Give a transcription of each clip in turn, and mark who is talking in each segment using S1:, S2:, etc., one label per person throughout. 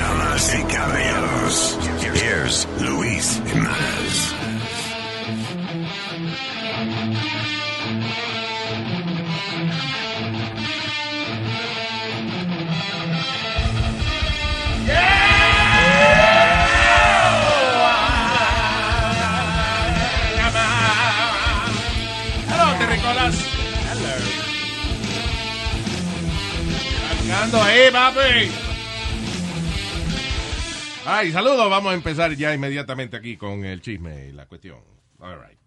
S1: Damas y caballeros, here's Luis Jimenez.
S2: Hello, Terricolas. Hello. Arrancando ahí, papi. Ay, saludos. Vamos a empezar ya inmediatamente aquí con el chisme y la cuestión. All right.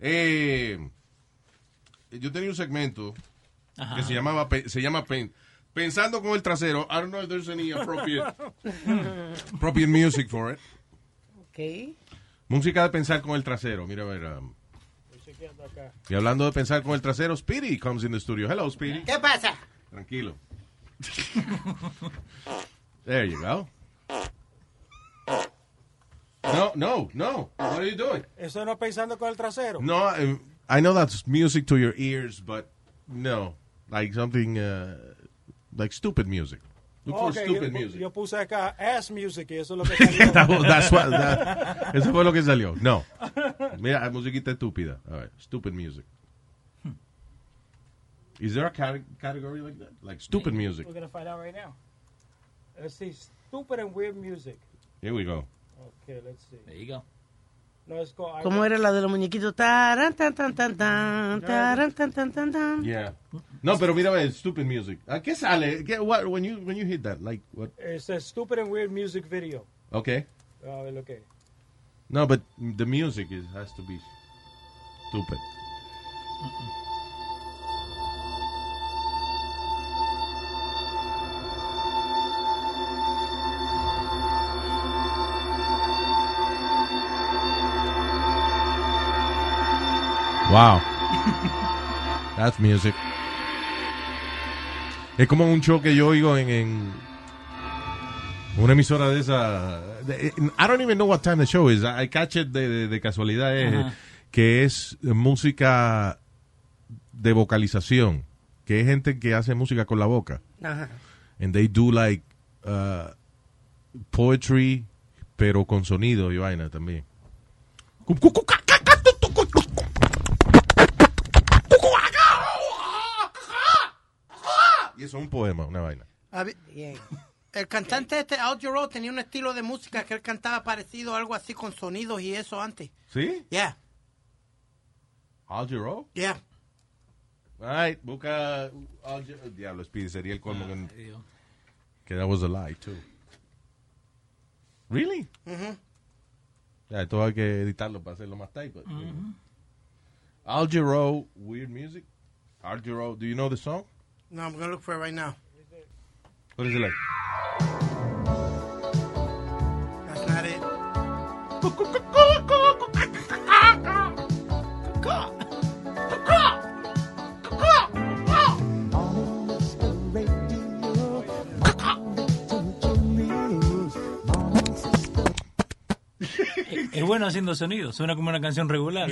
S2: Eh, yo tenía un segmento que se llamaba pe- se llama pen- Pensando con el trasero. I don't know if there's any appropriate, appropriate music for it.
S3: Ok.
S2: Música de pensar con el trasero. Mira, a ver. um, y hablando de pensar con el trasero, Speedy comes in the studio. Hello, Speedy.
S3: ¿Qué pasa?
S2: Tranquilo. There you go. No, no, no. What are you doing?
S4: Eso no es pensando con el trasero.
S2: No, I, I know that's music to your ears, but no. Like something, uh, like stupid music. Look for
S4: Ok,
S2: stupid
S4: yo,
S2: music.
S4: yo puse acá ass music y eso es lo que salió.
S2: That was- that's what- that- eso fue lo que salió. No. Mira, musiquita estúpida. All right, Stupid music. Hmm. Is there a cate- category like that? Like stupid music.
S4: We're gonna find out right now. Let's see, stupid and weird music.
S2: Here we go.
S4: Okay, let's see.
S5: There you go.
S4: No, it's called.
S3: ¿Cómo era la de los muñequitos? Taran, tan, tan, tan, tan, taran, tan, tan, tan, tan.
S2: Yeah. No, pero mira, eh, stupid music. ¿A qué sale? ¿Qué- what, when, you, when you hit that, like, what?
S4: It's a stupid and weird music video.
S2: Okay.
S4: A ver lo que.
S2: No, but the music is, has to be stupid. Wow. That's music. Es como un show que yo oigo en, en una emisora de esa. de- eh, I don't even know what time the show is. I catch it de, de- de casualidad. eh, que es música de vocalización. Que es gente que hace música con la boca.
S3: Ajá.
S2: And they do like uh, poetry, pero con sonido y vaina también. Y eso es un poema, una vaina.
S3: Bien. El cantante este, Al Jarreau, tenía un estilo de música que él cantaba parecido a algo así con sonidos y eso antes.
S2: ¿Sí?
S3: Yeah,
S2: Al Jarreau.
S3: yeah.
S2: Alright, busca Al Jarreau. Diablo, Speedy, sería el
S5: Ah,
S2: colmo que,
S5: There you go.
S2: que that was a lie, too. Really?
S3: Mm-hmm.
S2: Ya, esto hay que editarlo para hacerlo más tight, but, you know.
S5: Mm-hmm.
S2: Al Jarreau, weird music. Al Jarreau, do you know the song?
S3: No, I'm gonna look for it right now.
S2: What is it like?
S3: That's not it.
S5: Es bueno haciendo sonido. Suena como una canción regular.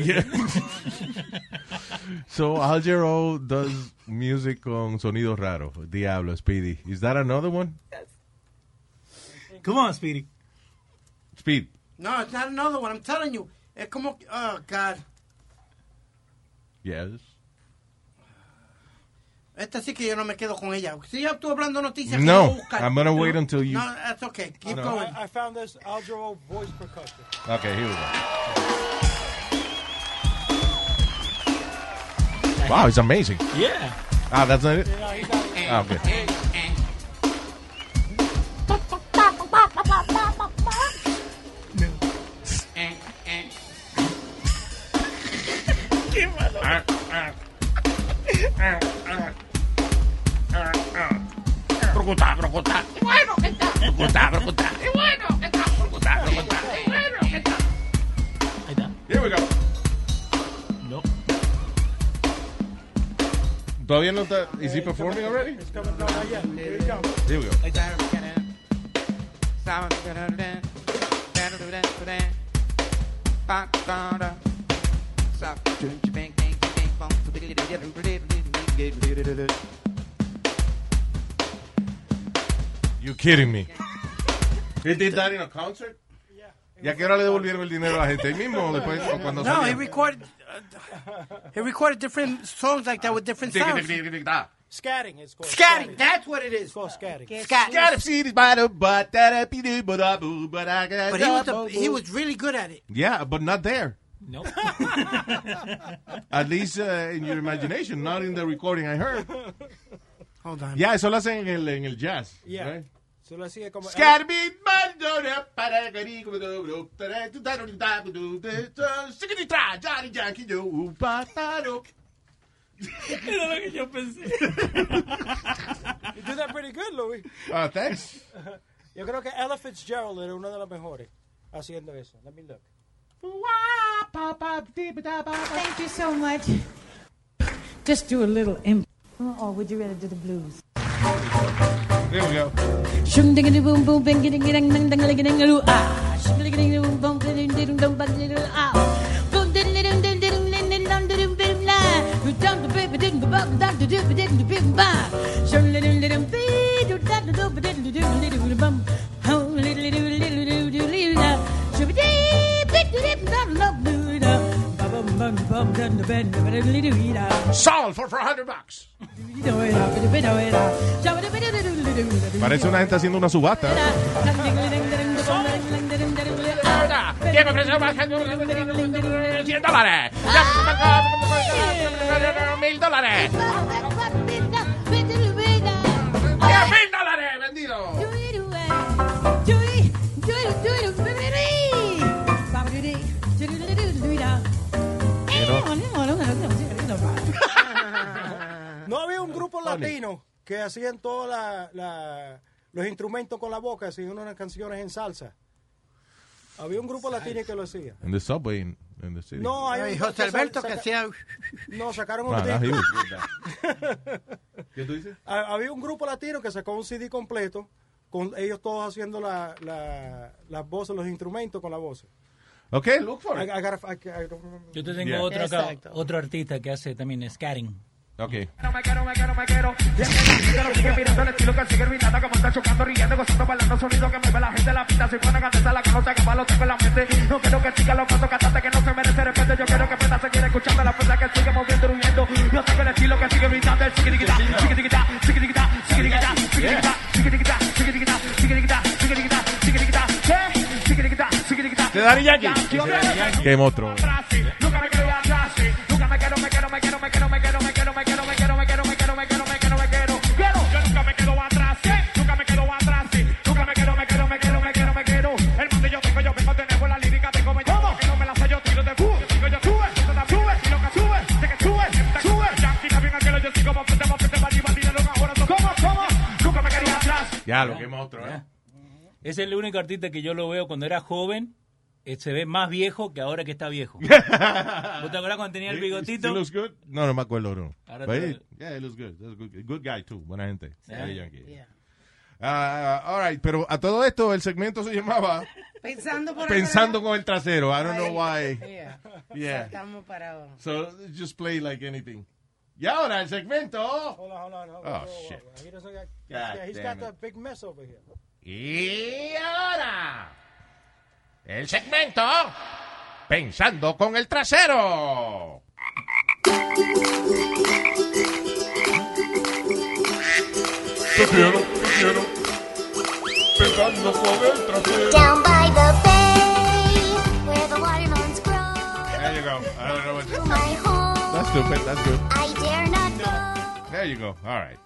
S2: So Al Jarreau does music con sonidos raros. Diablo, Speedy. Is that another one?
S5: Come on, Speedy.
S2: Speed.
S3: No, it's not another one. I'm telling you. Es como, oh God.
S2: Yes.
S3: Esta sí que yo no me quedo con ella. Si yo estuve hablando noticias, que
S2: No,
S3: yo buscar-
S2: I'm gonna wait until you-
S3: No, that's okay. Keep
S2: No.
S3: going.
S4: I, I found this Al Jarreau voice percussion.
S2: Okay, here we go. Wow, it's amazing.
S5: Yeah.
S2: Ah, that's not it?
S4: You know, he got it.
S2: Ah, okay.
S6: Brocotá. Bueno, que está. Brocotá, brocotá. bueno, que está. Brocotá, brocotá. bueno, que está.
S5: Ahí está.
S2: Here we go.
S5: No.
S2: Todavía no está. Is he performing already?
S4: It's coming down allá. Here it comes.
S2: Here we go. You kidding me? He did that in a concert? ¿Y a qué hora le devolvieron el dinero a la gente? Ahí mismo, después, o cuando
S3: No, Oh, he
S2: salieron?
S3: recorded. Uh, he recorded different songs like that with different sounds.
S4: Scatting. It's called
S3: Scatting, that's what it
S4: It's
S3: is.
S4: called scatting.
S3: Scat.
S2: Gotta see this by the butt, da da be do, ba da boo, ba da ga da
S3: But he was the,
S2: da boo.
S3: he was really good at it.
S2: Yeah, but not there.
S5: No.
S2: At least uh, in your imagination, not in the recording I heard.
S3: Hold on.
S2: Yeah, eso lo hacen en el, en el jazz.
S4: Yeah.
S2: Right?
S4: So let's see it come.
S2: Scarabin bandona, para gari, como do, do, para, tu, da, do, da, do, do, do, do, sikiri, tra, jari, janki, yo, u, pa, ta, do.
S5: Era lo que yo pensé.
S4: You did that pretty good, Louis.
S2: Ah, thanks.
S4: Yo creo que Ella Fitzgerald era una de las mejores haciendo eso. Let me look.
S7: Thank you so much. Just do a little imp. Or Oh, would you rather do the blues?
S2: There we go.
S7: Shum ding ding boom boom bing ding ding ding ding ding ding doo ah. Shum ding ding boom boom ding ding ding ding ding ding ah. Boom ding ding ding ding ding ding ding ding ding ding la. We dum the baby didn't the bum dum the dip didn't the big ba. Shum ding ding ding ding do dum the dope didn't do little little bum. How little little little little little little. Shum ding ding ding dum love doo da. Bum bum bum bum dum the bend the little little da.
S2: Sol for 400 bucks. Parece una gente haciendo una subasta.
S6: ¿Quién me ofreció más que $100 dólares? ¡Mil dólares! ¡Diez mil dólares vendidos!
S4: No había un grupo latino que hacían todos los instrumentos con la boca, hacían unas canciones en salsa. Había un grupo latino que lo hacía.
S2: En the subway, in, in the city.
S4: No, hay
S3: Ay,
S4: un-
S3: José Alberto que
S4: saca-
S3: hacía.
S4: No, sacaron un
S2: Nah, nah, he
S4: disco.
S2: was good at that. ¿Qué tú dices?
S4: Ha- Había un grupo latino que sacó un CD completo con ellos todos haciendo la- la- las voces, los instrumentos con la voz.
S2: Ok, look for
S4: I-
S2: it.
S4: I gotta- I- I don't remember.
S5: Yo te tengo
S2: Yeah.
S5: otro acá, otro artista que hace también scatting.
S2: Ok.
S6: No me quiero, me quiero, me quiero. Ya me quiero, sigue mirando el estilo que sigue gritando, como está chocando, riendo, gozando, bailando, sonido que mueve la gente, la pista, soy buena canteza, la conoce, que más lo tengo en la mente. No quiero que siga los pasos cantantes que no se merece respeto, yo quiero que pueda seguir escuchando la fuerza que sigue moviendo, huyendo. Yo tengo el estilo que sigue gritando, el chiquitiquita, chiquitiquita, chiquitiquita, chiquitiquita, chiquitiquita, chiquitiquita, chiquitiquita, chiquitiquita, chiquitiquita, chiquitiquita, ¿qué? chiquitiquita, chiquitiquita.
S2: ¿De Daddy Yankee?
S6: Yankee, hombre.
S2: Qué monstruo. eh.
S6: Nunca me quiero ir atrás, sí. Nunca me quiero, me quiero, me quiero, me quiero, me quiero, me quiero, me quiero, me quiero, me quiero, me quiero, me quiero, me quiero, me quiero. Quiero. Yo nunca me quedo atrás, sí. Nunca me quedo atrás, sí. Nunca me quedo, me quedo, me quedo, me quedo, me quedo. El mundo yo tengo, yo vengo, tenemos la lírica, tengo me llamo, que no me la sé, yo tiro de fu. Yo sigo, yo sube, yo también sube, y lo que sube, sé que sube, está- sube. Yankee, también aquello, yo sigo, vamos, vamos, vamos, vamos, arriba, arriba, loca, ahora son- ¿Cómo, cómo? Nunca me quería atrás.
S2: Ya, lo que monstruo, ¿eh?
S5: Ese es el único artista que yo lo veo cuando era joven. eh, se ve más viejo que ahora que está viejo. ¿Vos te acordás cuando tenía el bigotito?
S2: He looks good? No, no me acuerdo, no.
S5: Ahora
S2: But
S5: te-
S2: he- yeah, he looks good. That's a good. Good guy, too. Buena gente. Daddy Yankee.
S3: Yeah.
S2: Ah, all right, pero a todo esto el segmento se llamaba
S7: Pensando por
S2: Pensando con el trasero. I don't know why. Yeah.
S7: Estamos parados.
S2: So just play like anything. Y ahora el segmento.
S4: Hold on, hold on, hold on.
S2: Oh,
S4: Whoa, whoa,
S2: shit.
S4: whoa. He doesn't got,
S2: God
S4: yeah, he's
S2: damn
S4: got
S2: it.
S4: that big mess over here.
S2: Y ahora el segmento Pensando con el trasero.
S7: Down by the bay, where the watermelons grow.
S2: There you go. I don't know what
S7: To my home,
S2: That's stupid. That's good.
S7: I dare not go.
S2: There you go. All right.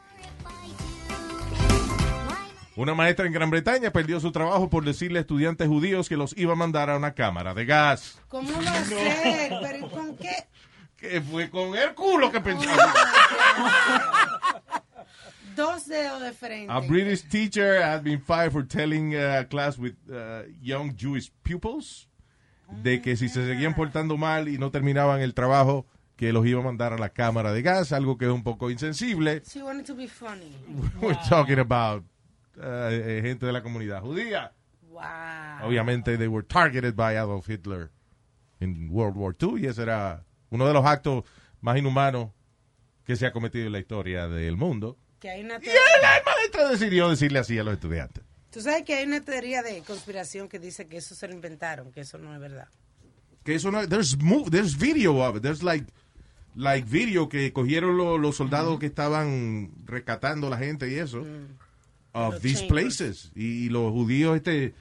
S2: Una maestra en Gran Bretaña perdió su trabajo por decirle a estudiantes judíos que los iba a mandar a una cámara de gas.
S7: ¿Cómo lo hacer? ¿Pero ¿y con qué?
S2: Que fue con el culo que pensó.
S8: dos dedos de frente.
S2: A British teacher has been fired for telling a class with uh, young Jewish pupils de que si se seguían portando mal y no terminaban el trabajo, que los iba a mandar a la cámara de gas, algo que es un poco insensible.
S8: She wanted to be funny.
S2: We're talking about uh, eh, gente de la comunidad judía.
S8: Wow.
S2: Obviamente, they were targeted by Adolf Hitler in World War II y ese era uno de los actos más inhumanos que se ha cometido en la historia del mundo.
S8: Que hay una
S2: Y el alma letra decidió decirle así a los estudiantes.
S8: Tú sabes que hay una teoría de conspiración que dice que eso se lo inventaron, que eso no es verdad.
S2: Que eso no, there's move, there's video of it, there's like, like video que cogieron lo- los soldados que estaban rescatando a la gente y eso,
S3: Mm.
S2: of
S8: Los
S2: these
S8: chambers.
S2: places, y, y los judíos este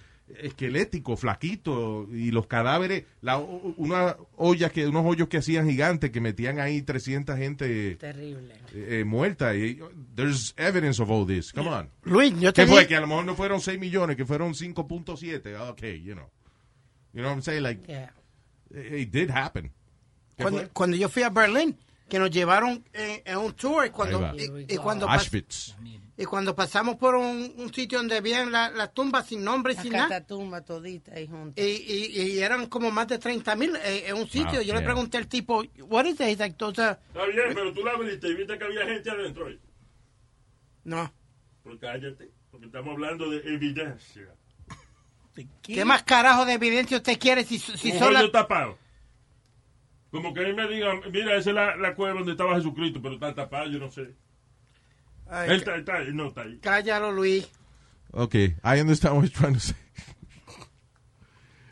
S2: esqueléticos, flaquitos, y los cadáveres, la, unas ollas que, unos hoyos que hacían gigantes, que metían ahí 300 gente eh,
S8: Terrible.
S2: eh, muerta, y there's evidence of all this, come on.
S3: Luis, yo te
S2: ¿Qué fue?
S3: dije-
S2: Que a lo mejor no fueron 6 millones, que fueron 5.7. Okay, you know. You know what I'm saying? Like,
S8: Yeah.
S2: it, it did happen. ¿Qué
S3: cuando,
S2: fue?
S3: cuando yo fui a Berlín, que nos llevaron en, en un tour y cuando,
S2: va.
S3: y, y cuando pas-
S2: Auschwitz.
S3: y cuando pasamos por un, un sitio donde habían la- las tumbas sin nombre y
S9: Ah.
S8: La
S3: sin nada.
S8: catatumba todita ahí junta.
S3: Y,
S4: Eh.
S3: y- y eran como más de 30 mil en un sitio.
S2: Wow,
S3: yo le
S2: yeah.
S3: pregunté al tipo, what is that? He's like, those are-
S9: Está bien, pero tú la abriste y viste que había gente adentro. ¿eh?
S3: No.
S9: Pues cállate, porque estamos hablando de evidencia.
S3: ¿Qué? más carajo de evidencia usted quiere si, si
S9: Un
S3: son las...
S9: hoyo tapado. Como que a mí me digan, mira, esa es la, la cueva donde estaba Jesucristo, pero está tapado, yo no sé.
S3: Ay,
S9: Él está, está ahí, no está ahí.
S3: Cállalo, Luis.
S2: Okay, I understand what you're trying to say.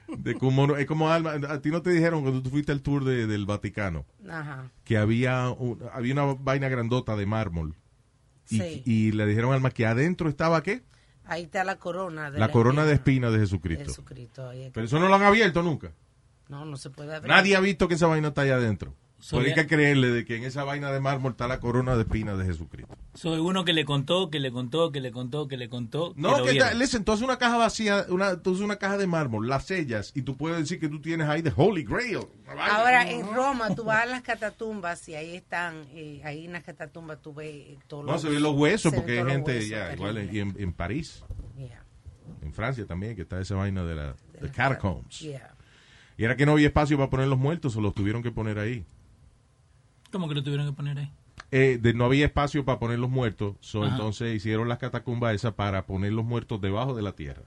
S2: De como, no- es como alma. A ti no te dijeron cuando tú fuiste al tour de- del Vaticano
S8: Ajá.
S2: que había, un- había una vaina grandota de mármol. Y,
S8: Sí.
S2: y le dijeron al alma que adentro estaba qué?
S8: Ahí está la corona. De
S2: La corona de espina de Jesucristo.
S8: Jesucristo. ahí es que-
S2: Pero eso no lo han abierto nunca.
S8: No, no se puede abrir.
S2: Nadie ha visto que esa vaina está allá adentro.
S5: So,
S2: Pero hay
S5: yeah.
S2: que creerle de que en esa vaina de mármol está la corona de espina de Jesucristo.
S5: Soy uno que le contó, que le contó, que le contó, que le contó.
S2: No,
S5: lo
S2: que
S5: vieron.
S2: ta- listen, tú haces una caja vacía, una, tú haces una caja de mármol, las sellas, y tú puedes decir que tú tienes ahí the Holy Grail.
S8: Ahora, en Roma, tú vas a las catatumbas y ahí están, eh, ahí en las catatumbas tú ves eh, todos
S2: No, se ven los huesos
S8: se ven
S2: porque hay
S8: todos los
S2: gente,
S8: huesos,
S2: ya, igual en,
S8: terrible.
S2: y en, en París,
S8: Yeah,
S2: en Francia también, que está esa vaina de la de catacombs.
S8: yeah.
S2: Y era que no había espacio para poner los muertos, o los tuvieron que poner ahí.
S5: ¿Cómo que lo tuvieron que poner ahí?
S2: Eh, de, no había espacio para poner los muertos, so,
S5: Ajá.
S2: entonces hicieron las catacumbas esas para poner los muertos debajo de la tierra.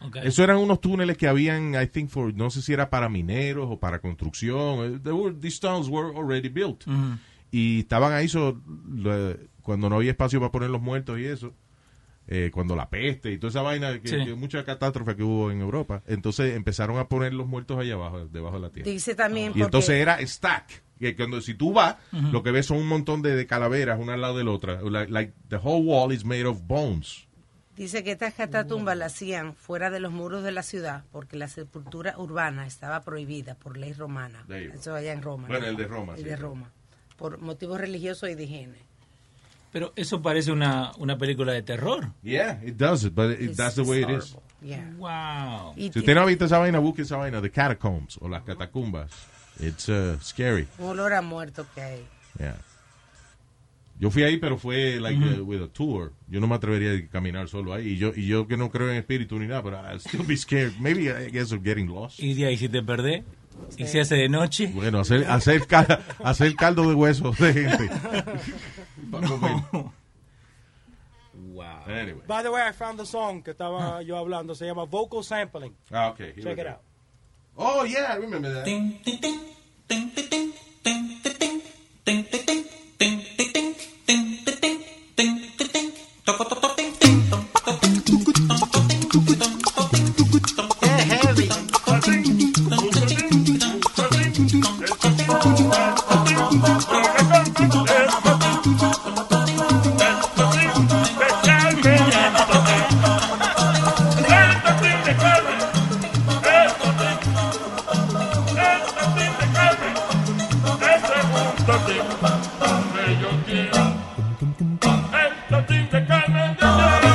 S5: Ok.
S2: Eso eran unos túneles que habían, I think, for, no sé si era para mineros o para construcción. Eh, They were, these towns were already built.
S5: Ujú.
S2: Y estaban ahí so, lo- cuando no había espacio para poner los muertos y eso. eh, cuando la peste y toda esa vaina, que,
S5: Sí.
S2: que mucha catástrofe que hubo en Europa. Entonces empezaron a poner los muertos allá abajo, debajo de la tierra.
S8: Dice también
S2: Ah. Y
S8: porque
S2: entonces era stack. Que cuando si tú vas, lo que ves son un montón de, de calaveras una al lado de la otra. Like, like the whole wall is made of bones.
S8: dice que estas catatumbas las hacían fuera de los muros de la ciudad porque la sepultura urbana estaba prohibida por ley romana.
S2: There you go.
S8: Eso allá en Roma.
S2: Bueno, el de Roma,
S8: El
S2: sí.
S8: de Roma. Por motivos religiosos y de higiene.
S5: Pero eso parece una, una película de terror.
S2: Yeah, it does it, but it-
S8: It's-
S2: that's the way
S8: it's
S2: it is.
S8: horrible.
S5: Mm.
S8: Yeah.
S5: Wow.
S8: Y-
S2: Si usted no ha visto esa vaina, busque esa vaina, The Catacombs o las catacumbas. It's uh, scary.
S8: Un olor a muerto que hay.
S2: Yeah. Yo fui ahí, pero fue like uh, with a tour. Yo no me atrevería a caminar solo ahí. Y yo, y yo que no creo en espíritu ni nada, pero I'll still be scared. Maybe I guess of getting lost.
S5: Y de ahí si te perdés, y se hace de noche.
S2: Bueno, hacer, hacer, cal- hacer caldo de huesos de gente.
S5: Wow.
S2: Anyway.
S4: By the way, I found the song que estaba
S3: Ah.
S4: yo hablando. Se llama Vocal Sampling.
S2: Ah, okay. here
S4: Check
S2: we
S4: it
S2: go.
S4: out.
S2: Oh, yeah, I remember that.
S3: Es heavy.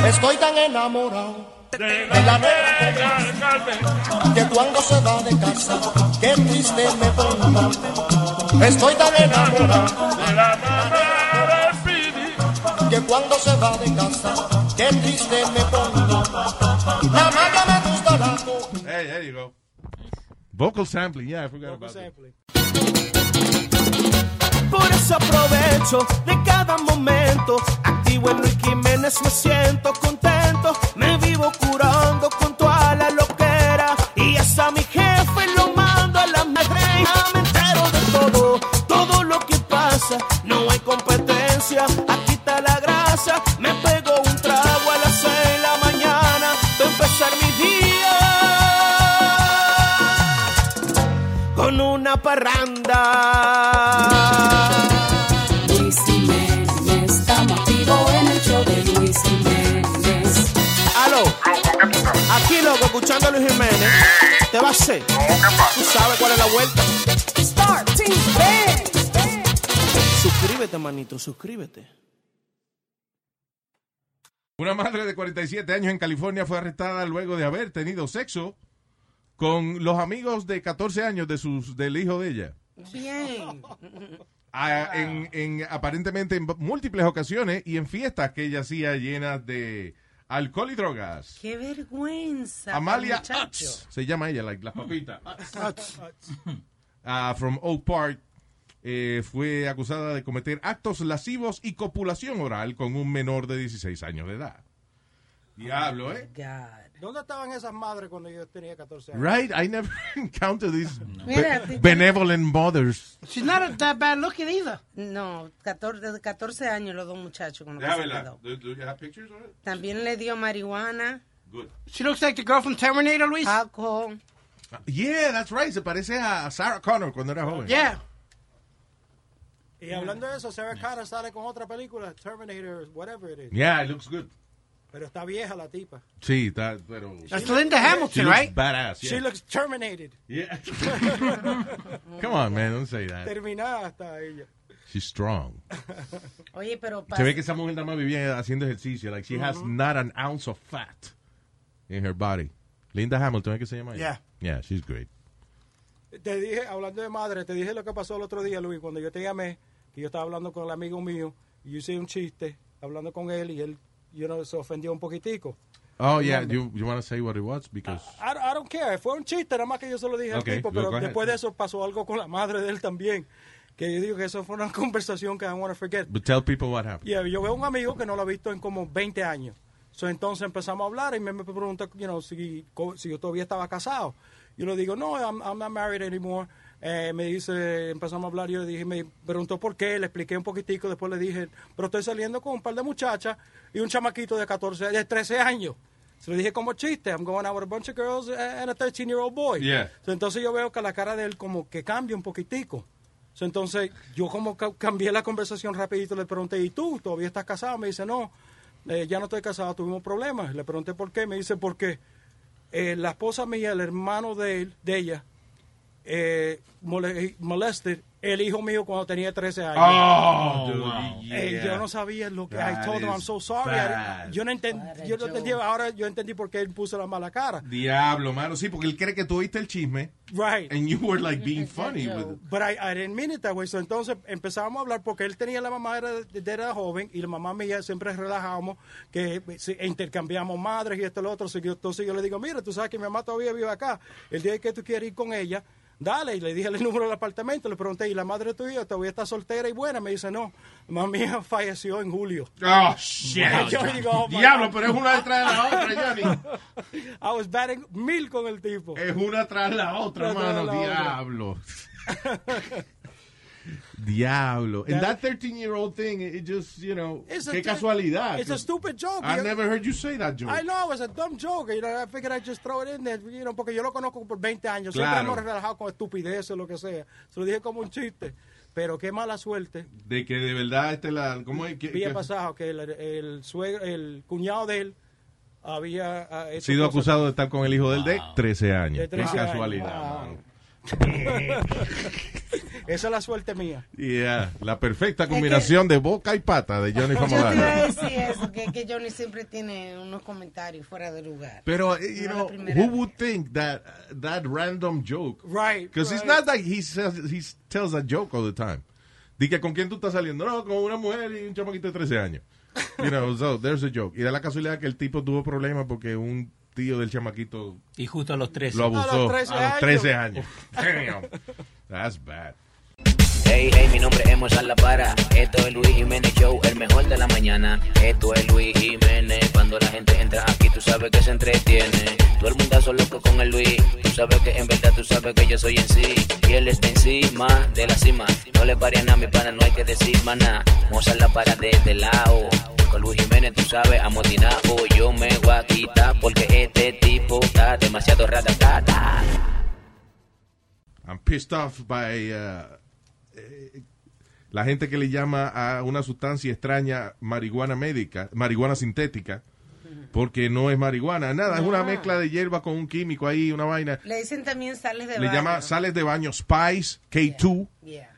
S10: Estoy tan enamorado
S9: De
S10: de la
S9: la
S10: negra
S9: negra del Carmen.
S10: que cuando se va de casa, qué triste me pongo. Estoy tan enamorado
S9: De la mamá del Pidi.
S10: que que cuando se va de casa, qué triste me pongo. La maca me gusta la coca.
S2: Hey, there you go. Vocal sampling, yeah, I forgot about that.
S11: Por eso aprovecho de cada momento. Activo en Luis Jiménez, me siento contento. Me vivo curando con toda la loquera. Y hasta mi jefe lo mando a la madre. Ya me entero de todo, todo lo que pasa. No hay competencia, aquí está la grasa. Me pego un trago a las seis de la mañana. para empezar mi día con una parranda.
S12: Luis Jiménez está activo en el show de Luis Jiménez.
S11: Aló, aquí loco, escuchando a Luis Jiménez. ¿Te va a hacer? Tú sabes cuál es la vuelta. Suscríbete, manito, suscríbete.
S2: Una madre de 47 años en California fue arrestada luego de haber tenido sexo con los amigos de 14 años de sus, del hijo de ella.
S8: Bien. Ah.
S2: A- en, en- aparentemente en múltiples ocasiones y en fiestas que ella hacía llenas de alcohol y drogas.
S8: Qué vergüenza.
S2: Amalia
S8: muchacho.
S2: Utz, se llama ella, like, la papita. Ah, from Oak Park eh, fue acusada de cometer actos lascivos y copulación oral con un menor de 16 años de edad. Diablo, ¿eh?
S4: ¿Dónde estaban esas madres cuando yo tenía 14 años?
S2: Right? I never encountered these be-
S4: Mira, te-
S2: benevolent mothers.
S8: She's not that bad looking either. No, 14, desde 14 años los dos muchachos con los que se quedó.
S2: Do, do you have pictures of it?
S8: También le dio marihuana.
S2: Good.
S8: She looks like the girl from Terminator, Luis. Alcohol.
S2: Yeah, that's right. Se parece a Sarah Connor cuando era joven.
S4: Y hablando de eso, Sarah Connor sale con otra película, Terminator, whatever it is.
S2: Yeah, it looks good.
S4: Pero está vieja la tipa.
S2: Sí, está, pero...
S4: That's Linda Hamilton,
S2: She looks
S4: right?
S2: badass, yeah.
S4: She looks terminated.
S2: Yeah. Come on, man, don't say that.
S4: Terminada hasta ella.
S2: She's strong.
S8: Oye, pero
S2: Se
S8: pasa.
S2: ve que esa mujer nada más vivía haciendo ejercicio. Like, she
S4: Uh-huh.
S2: has
S8: Ujú.
S2: not an ounce of fat in her body. Linda Hamilton, ¿es que se llama ella? Yeah. Yeah, she's great.
S4: Te dije, hablando de madre, te dije lo que pasó el otro día, Luis, cuando yo te llamé, que yo estaba hablando con el amigo mío, y yo hice un chiste, hablando con él, y él, you know, se ofendió un poquitico.
S2: Oh, yeah, you, you want to say what it was? Because...
S4: I, I don't care, fue un chiste, nada más que yo se lo dije
S2: Ok,
S4: al tipo,
S2: go-
S4: pero
S2: go ahead.
S4: después de eso pasó algo con la madre de él también, que yo digo que eso fue una conversación que I want to forget.
S2: But tell people what happened.
S4: Y eh, yo veo un amigo que no lo ha visto en como 20 años. So, entonces empezamos a hablar y me, me pregunta you know, si, co- si yo todavía estaba casado. Yo le digo, no, I'm, I'm not married anymore. Eh, me dice, empezamos a hablar, yo le dije, me preguntó por qué, le expliqué un poquitico, después le dije, pero estoy saliendo con un par de muchachas y un chamaquito de 14, de 13 años. Se lo dije como chiste, I'm going out with a bunch of girls and a 13-year-old boy.
S2: Yeah.
S4: So, entonces yo veo que la cara de él como que cambia un poquitico. So, entonces yo como ca- cambié la conversación rapidito, le pregunté, ¿y tú todavía estás casado? Me dice, no, eh, ya no estoy casado, tuvimos problemas. Le pregunté por qué, me dice, porque eh, la esposa mía, el hermano de, él- de ella, eh, mole- molested el hijo mío cuando tenía 13 años.
S2: Oh, dude,
S4: Eh,
S2: yeah.
S4: yo no sabía lo que... I
S2: That
S4: told him, I'm
S2: is
S4: so sorry.
S2: bad.
S4: Yo no entendí, yo no entendí, ahora yo entendí por qué él puso la mala cara.
S2: Diablo, mano. Sí, porque él cree que tú oíste el chisme.
S4: Right.
S2: And you were like being funny with it.
S4: But I, I didn't mean it that way. So, entonces empezábamos a hablar porque él tenía la mamá era, de- era joven y la mamá mía siempre relajábamos que se- intercambiamos madres y esto y lo otro. So, yo- entonces yo le digo, mira, tú sabes que mi mamá todavía vive acá. El día que tú quieres ir con ella, dale. Y le dije el número del apartamento. Le pregunté, ¿y la madre tuya todavía está soltera y buena? Me dice, no, mamá mía falleció en julio.
S2: Oh, shit.
S4: Yo digo, oh, my
S2: Diablo,
S4: God.
S2: pero es una detrás de la otra, Johnny.
S4: I was batting mil con el tipo.
S2: Es una tras la otra,
S4: Una tras
S2: mano.
S4: la otra.
S2: Diablo. Diablo. And
S4: That-
S2: that 13-year-old thing, it just, you know,
S4: It's a
S2: qué
S4: ju-
S2: casualidad.
S4: It's a stupid joke.
S2: I
S4: Yo-
S2: never heard you say that joke.
S4: I know, it was a dumb joke. You know, I figured I'd just throw it in there, you know, porque yo lo conozco por 20 años. Siempre
S2: Claro.
S4: hemos relajado con estupideces o lo que sea. Se lo dije como un chiste. Pero qué mala suerte.
S2: De que de verdad este la... ¿Cómo es? ¿Qué-
S4: Había
S2: qué-
S4: pasado que el, el, suegro- el cuñado de él había ah, hecho
S2: sido
S4: cosas-
S2: acusado de estar con el hijo del de 13 años.
S4: De 13
S2: Qué
S4: años.
S2: casualidad.
S4: Wow. Esa es la suerte mía.
S2: Yeah, ah, la perfecta combinación de boca y pata de Johnny
S8: Yo te iba a
S2: Famolano.
S8: decir eso, que, que Johnny siempre tiene unos comentarios fuera de lugar.
S2: Pero, eh, you
S8: No la
S2: know,
S8: primera
S2: who would think that that random joke?
S4: Right.
S2: Because it's not like he says he tells a joke all the time. Dice, ¿con quién tú estás saliendo? No, con una mujer y un chamaquito de 13 años. You know, so there's a joke. Y da la casualidad que el tipo tuvo problemas porque un tío del chamaquito
S5: Y justo a los 13.
S2: lo abusó
S5: A los 13
S2: a los 13 años.
S5: años.
S2: Damn. That's bad.
S13: Hey, hey, mi nombre es Mozart La Para. Esto es Luis Jiménez Show, el mejor de la mañana. Esto es Luis Jiménez. Cuando la gente entra aquí, tú sabes que se entretiene. Todo el mundazo loco con el Luis. Tú sabes que en verdad tú sabes que yo soy en sí. Y él está encima de la cima. No le varía nada, mi pana, no hay que decir maná. Mozart La Para de este lado. Con Luis Jiménez, tú sabes, amotinado. Yo me voy a quitar porque este tipo está demasiado ratatata.
S2: I'm pissed off by uh, eh, la gente que le llama a una sustancia extraña marihuana médica, marihuana sintética, porque no es marihuana, nada, es una
S8: No.
S2: mezcla de hierba con un químico ahí, una vaina.
S8: Le dicen también sales de
S2: Le
S8: baño.
S2: llama sales de baño Spice K2,
S8: Yeah.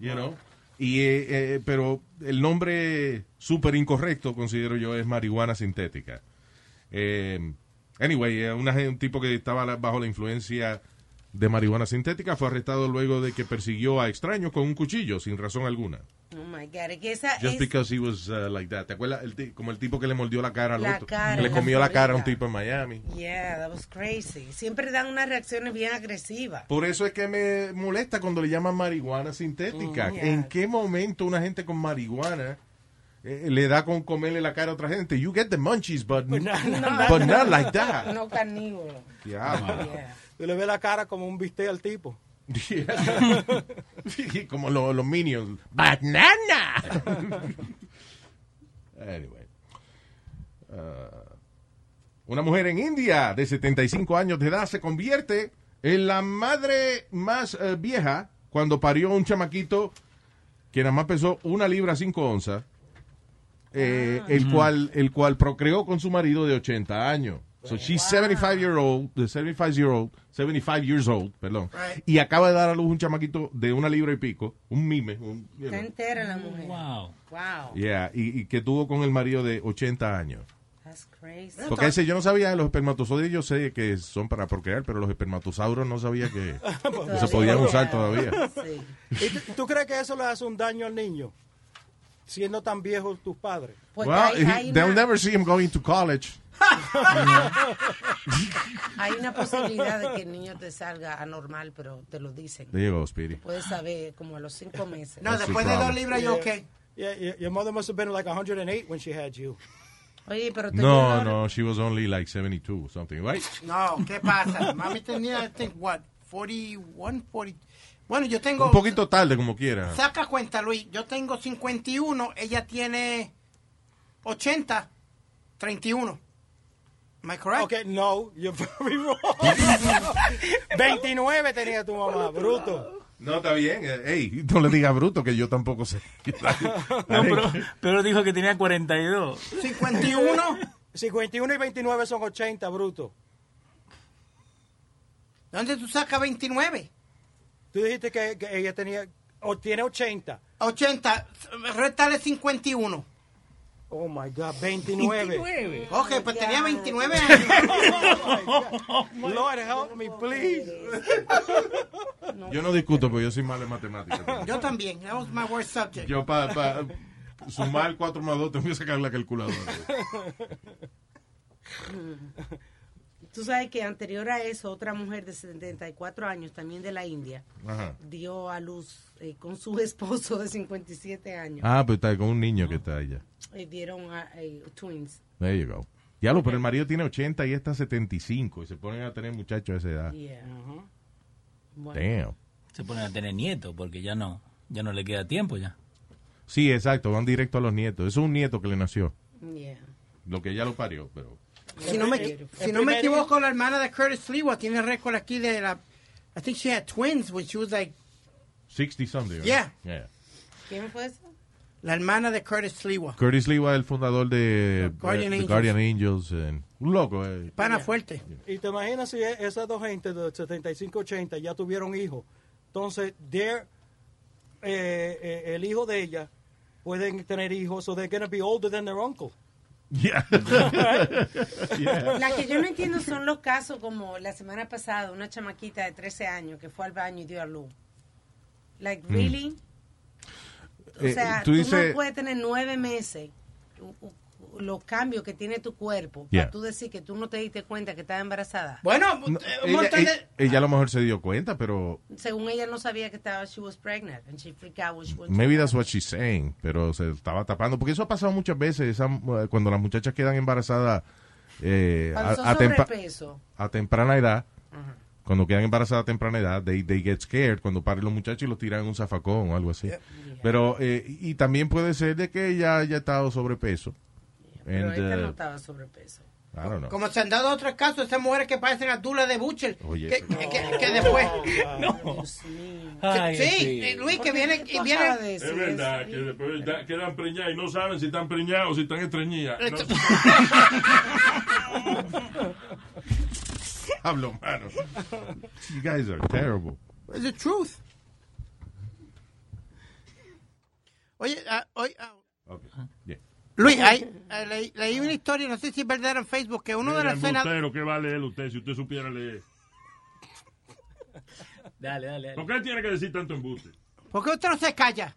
S2: you know. Y, eh, eh, pero el nombre súper incorrecto, considero yo, es marihuana sintética. Eh, anyway, eh, una gen- un tipo que estaba la- bajo la influencia de marihuana sintética fue arrestado luego de que persiguió a extraños con un cuchillo sin razón alguna.
S8: Oh my God. Es que esa
S2: Just
S8: es
S2: because he was uh, like that. ¿Te acuerdas? El ti- como el tipo que le mordió la cara al
S8: La
S2: otro.
S8: cara,
S2: que le
S8: la
S2: comió la cara a un
S8: Florida.
S2: tipo en Miami.
S8: Yeah, that was crazy. Siempre dan unas reacciones bien agresivas.
S2: Por eso es que me molesta cuando le llaman marihuana sintética.
S8: Mm, yeah.
S2: ¿En qué momento una gente con marihuana eh, le da con comerle la cara a otra gente? You get the munchies, but, but not, like that.
S8: No carnívoro.
S2: Diablo.
S4: Tú le ves la cara como un bistec al tipo.
S2: Sí, Como lo- los minions. ¡Banana! anyway. Uh, una mujer en India de 75 años de edad se convierte en la madre más eh, vieja cuando parió un chamaquito que nada más pesó una libra 5 onzas, eh, el, cual, el cual procreó con su marido de 80 años. So she's 75 year old, de 75 year old, 75 years old, perdón, y acaba de dar a luz un chamaquito de una libra y pico, un mime, un, you
S8: Está
S2: know.
S8: entera la mujer.
S5: Wow.
S8: Wow.
S2: Yeah, y, y que tuvo con el marido de 80 años.
S8: That's crazy.
S2: Porque ese yo no sabía, los espermatozoides yo sé que son para procrear, pero los espermatosauros no sabía que, que se podían usar todavía.
S4: ¿Y tú, tú crees que eso le hace un daño al niño? Siendo tan viejos tus padres.
S8: Pues
S2: Well, he- they'll never see him going to college.
S8: Hay una posibilidad de que el niño te salga anormal, pero te lo dicen.
S2: There you go, Speedy.
S8: Puedes saber como a los cinco meses.
S4: No, That's después the de dos problem. libras, yo,
S8: qué?
S4: Yeah, yeah, your mother must have been like 108 when she had you.
S8: Oye, pero te
S2: No, no, she was only like 72 or something, right?
S3: No, ¿qué pasa? Mami tenía, I think, what, 41, 40. Bueno, yo tengo.
S2: Un poquito tarde, como quiera.
S3: Saca cuenta, Luis. Yo tengo 51, ella tiene 80, 31. Am I correct?
S4: Okay, no, you're very wrong. 29 tenía tu mamá, bruto.
S2: No, está bien. Ey, no le digas bruto, que yo tampoco sé.
S5: No, pero, pero dijo que tenía 42.
S4: 51. 51 y 29 son 80, bruto.
S3: ¿Dónde tú sacas 29?
S4: Tú dijiste que, que ella tenía, o tiene 80.
S3: 80, rétale 51.
S4: Oh my God, 29.
S3: Ok, pues tenía 29 años.
S4: Lord help me, please.
S2: Yo no discuto, porque yo soy malo en matemáticas.
S3: Yo también. That was my worst subject.
S2: Yo para sumar 4 más 2 tengo que sacar la calculadora.
S8: Tú sabes que anterior a eso, otra mujer de 74 años, también de la India,
S2: Ajá.
S8: dio a luz eh, con su esposo de 57 años.
S2: Ah, pues está con un niño que está allá.
S8: Eh, dieron a, eh, twins.
S2: There you go. Diablo, pero el marido tiene 80 y está 75 y se ponen a tener muchachos a esa edad.
S8: Yeah.
S2: Damn.
S5: Se ponen a tener nietos porque ya no, ya no le queda tiempo ya.
S2: Sí, exacto, van directo a los nietos. Eso es un nieto que le nació.
S8: Yeah.
S2: Lo que ella lo parió, pero...
S3: Si no me, equi- si no me equivoco, la hermana de Curtis Lewa tiene récord aquí de la... I think she had twins when she was like...
S2: 60 something. right?
S3: Yeah.
S2: Yeah.
S8: ¿Quién fue eso?
S3: La hermana de Curtis Lewa.
S2: Curtis Lee el fundador de
S3: Guardian
S2: eh, the
S3: Angels.
S2: Guardian Angels. and- un loco. eh.
S3: Pana fuerte.
S4: Y te imaginas si e- esas dos gentes de 75 80 ya tuvieron hijos. Entonces, their, eh, eh, el hijo de ella pueden tener hijos, so they're going to be older than their uncle.
S2: Yeah.
S8: La que yo no entiendo son los casos como la semana pasada, una chamaquita de 13 años que fue al baño y dio a luz. Like,
S2: Mm.
S8: really? O
S2: Eh,
S8: sea,
S2: tú
S8: tú,
S2: Eh, dices-
S8: no puedes tener nueve meses u- u- los cambios que tiene tu cuerpo,
S2: Yeah.
S8: para tú decir que tú no te diste cuenta que estaba embarazada.
S3: Bueno,
S2: No, ella, ella- ella a lo mejor se dio cuenta, pero
S8: según ella no sabía que estaba, she was pregnant, and she freaked out when she went to-
S2: maybe that's what she's saying, pero se estaba tapando. Porque eso ha pasado muchas veces, esa- eh, cuando las muchachas quedan embarazadas eh, a,
S8: Cuando son
S2: a tempa-
S8: sobrepeso.
S2: a temprana edad,
S8: Ajá.
S2: cuando quedan embarazadas a temprana edad, they, they get scared cuando paren los muchachos y los tiran en un zafacón o algo así. Pero, eh, y también puede ser de que ella haya estado sobrepeso.
S8: Pero
S2: And,
S8: esta no
S2: uh,
S8: estaba sobrepeso.
S2: I don't know.
S3: Como se han dado otros casos, esas mujeres que parecen a Dula de Butcher.
S2: Oye,
S3: que,
S2: eso-
S3: que- que- que después.
S5: Ay,
S3: sí,
S9: sí.
S3: eh, Luis,
S8: Porque
S3: que viene.
S8: tú
S3: Y
S8: acabas de
S3: viene
S9: Es verdad, que después da- quedan preñadas y no saben si están preñadas o si están estreñidas. No sé.
S2: Hablo, mano. You guys are terrible.
S3: It's the truth. Oye, ah, oye, ah,
S2: Yeah.
S3: Luis, hay- ah, leí, leí una historia, no sé si es verdad en Facebook, que uno de
S9: Mira,
S3: los senadores.
S9: embustero, ¿qué va a leer usted si usted supiera leer?
S5: Dale, dale,
S9: ¿Por qué tiene que decir tanto embuste?
S3: ¿Por qué usted no se calla?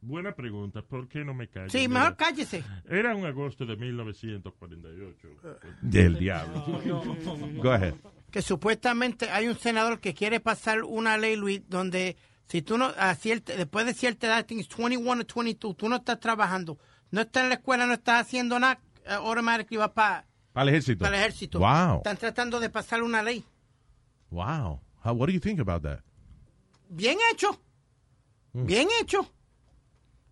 S9: Buena pregunta, ¿por qué no me callo?
S3: Sí,
S9: Mira,
S3: mejor cállese.
S9: Era un agosto de 1948.
S2: Del diablo. Go ahead.
S3: que supuestamente hay un senador que quiere pasar una ley, Luis, donde si tú no, a cierta- después de cierta edad, I think it's 21 o 22, tú no estás trabajando, no estás en la escuela, no estás haciendo nada, eh, automatically vas para
S2: Para el ejército.
S3: el ejército.
S2: Wow.
S3: Están tratando de pasar una ley.
S2: Wow. How, what do you think about that?
S3: Bien hecho.
S2: Mm.
S3: Bien hecho.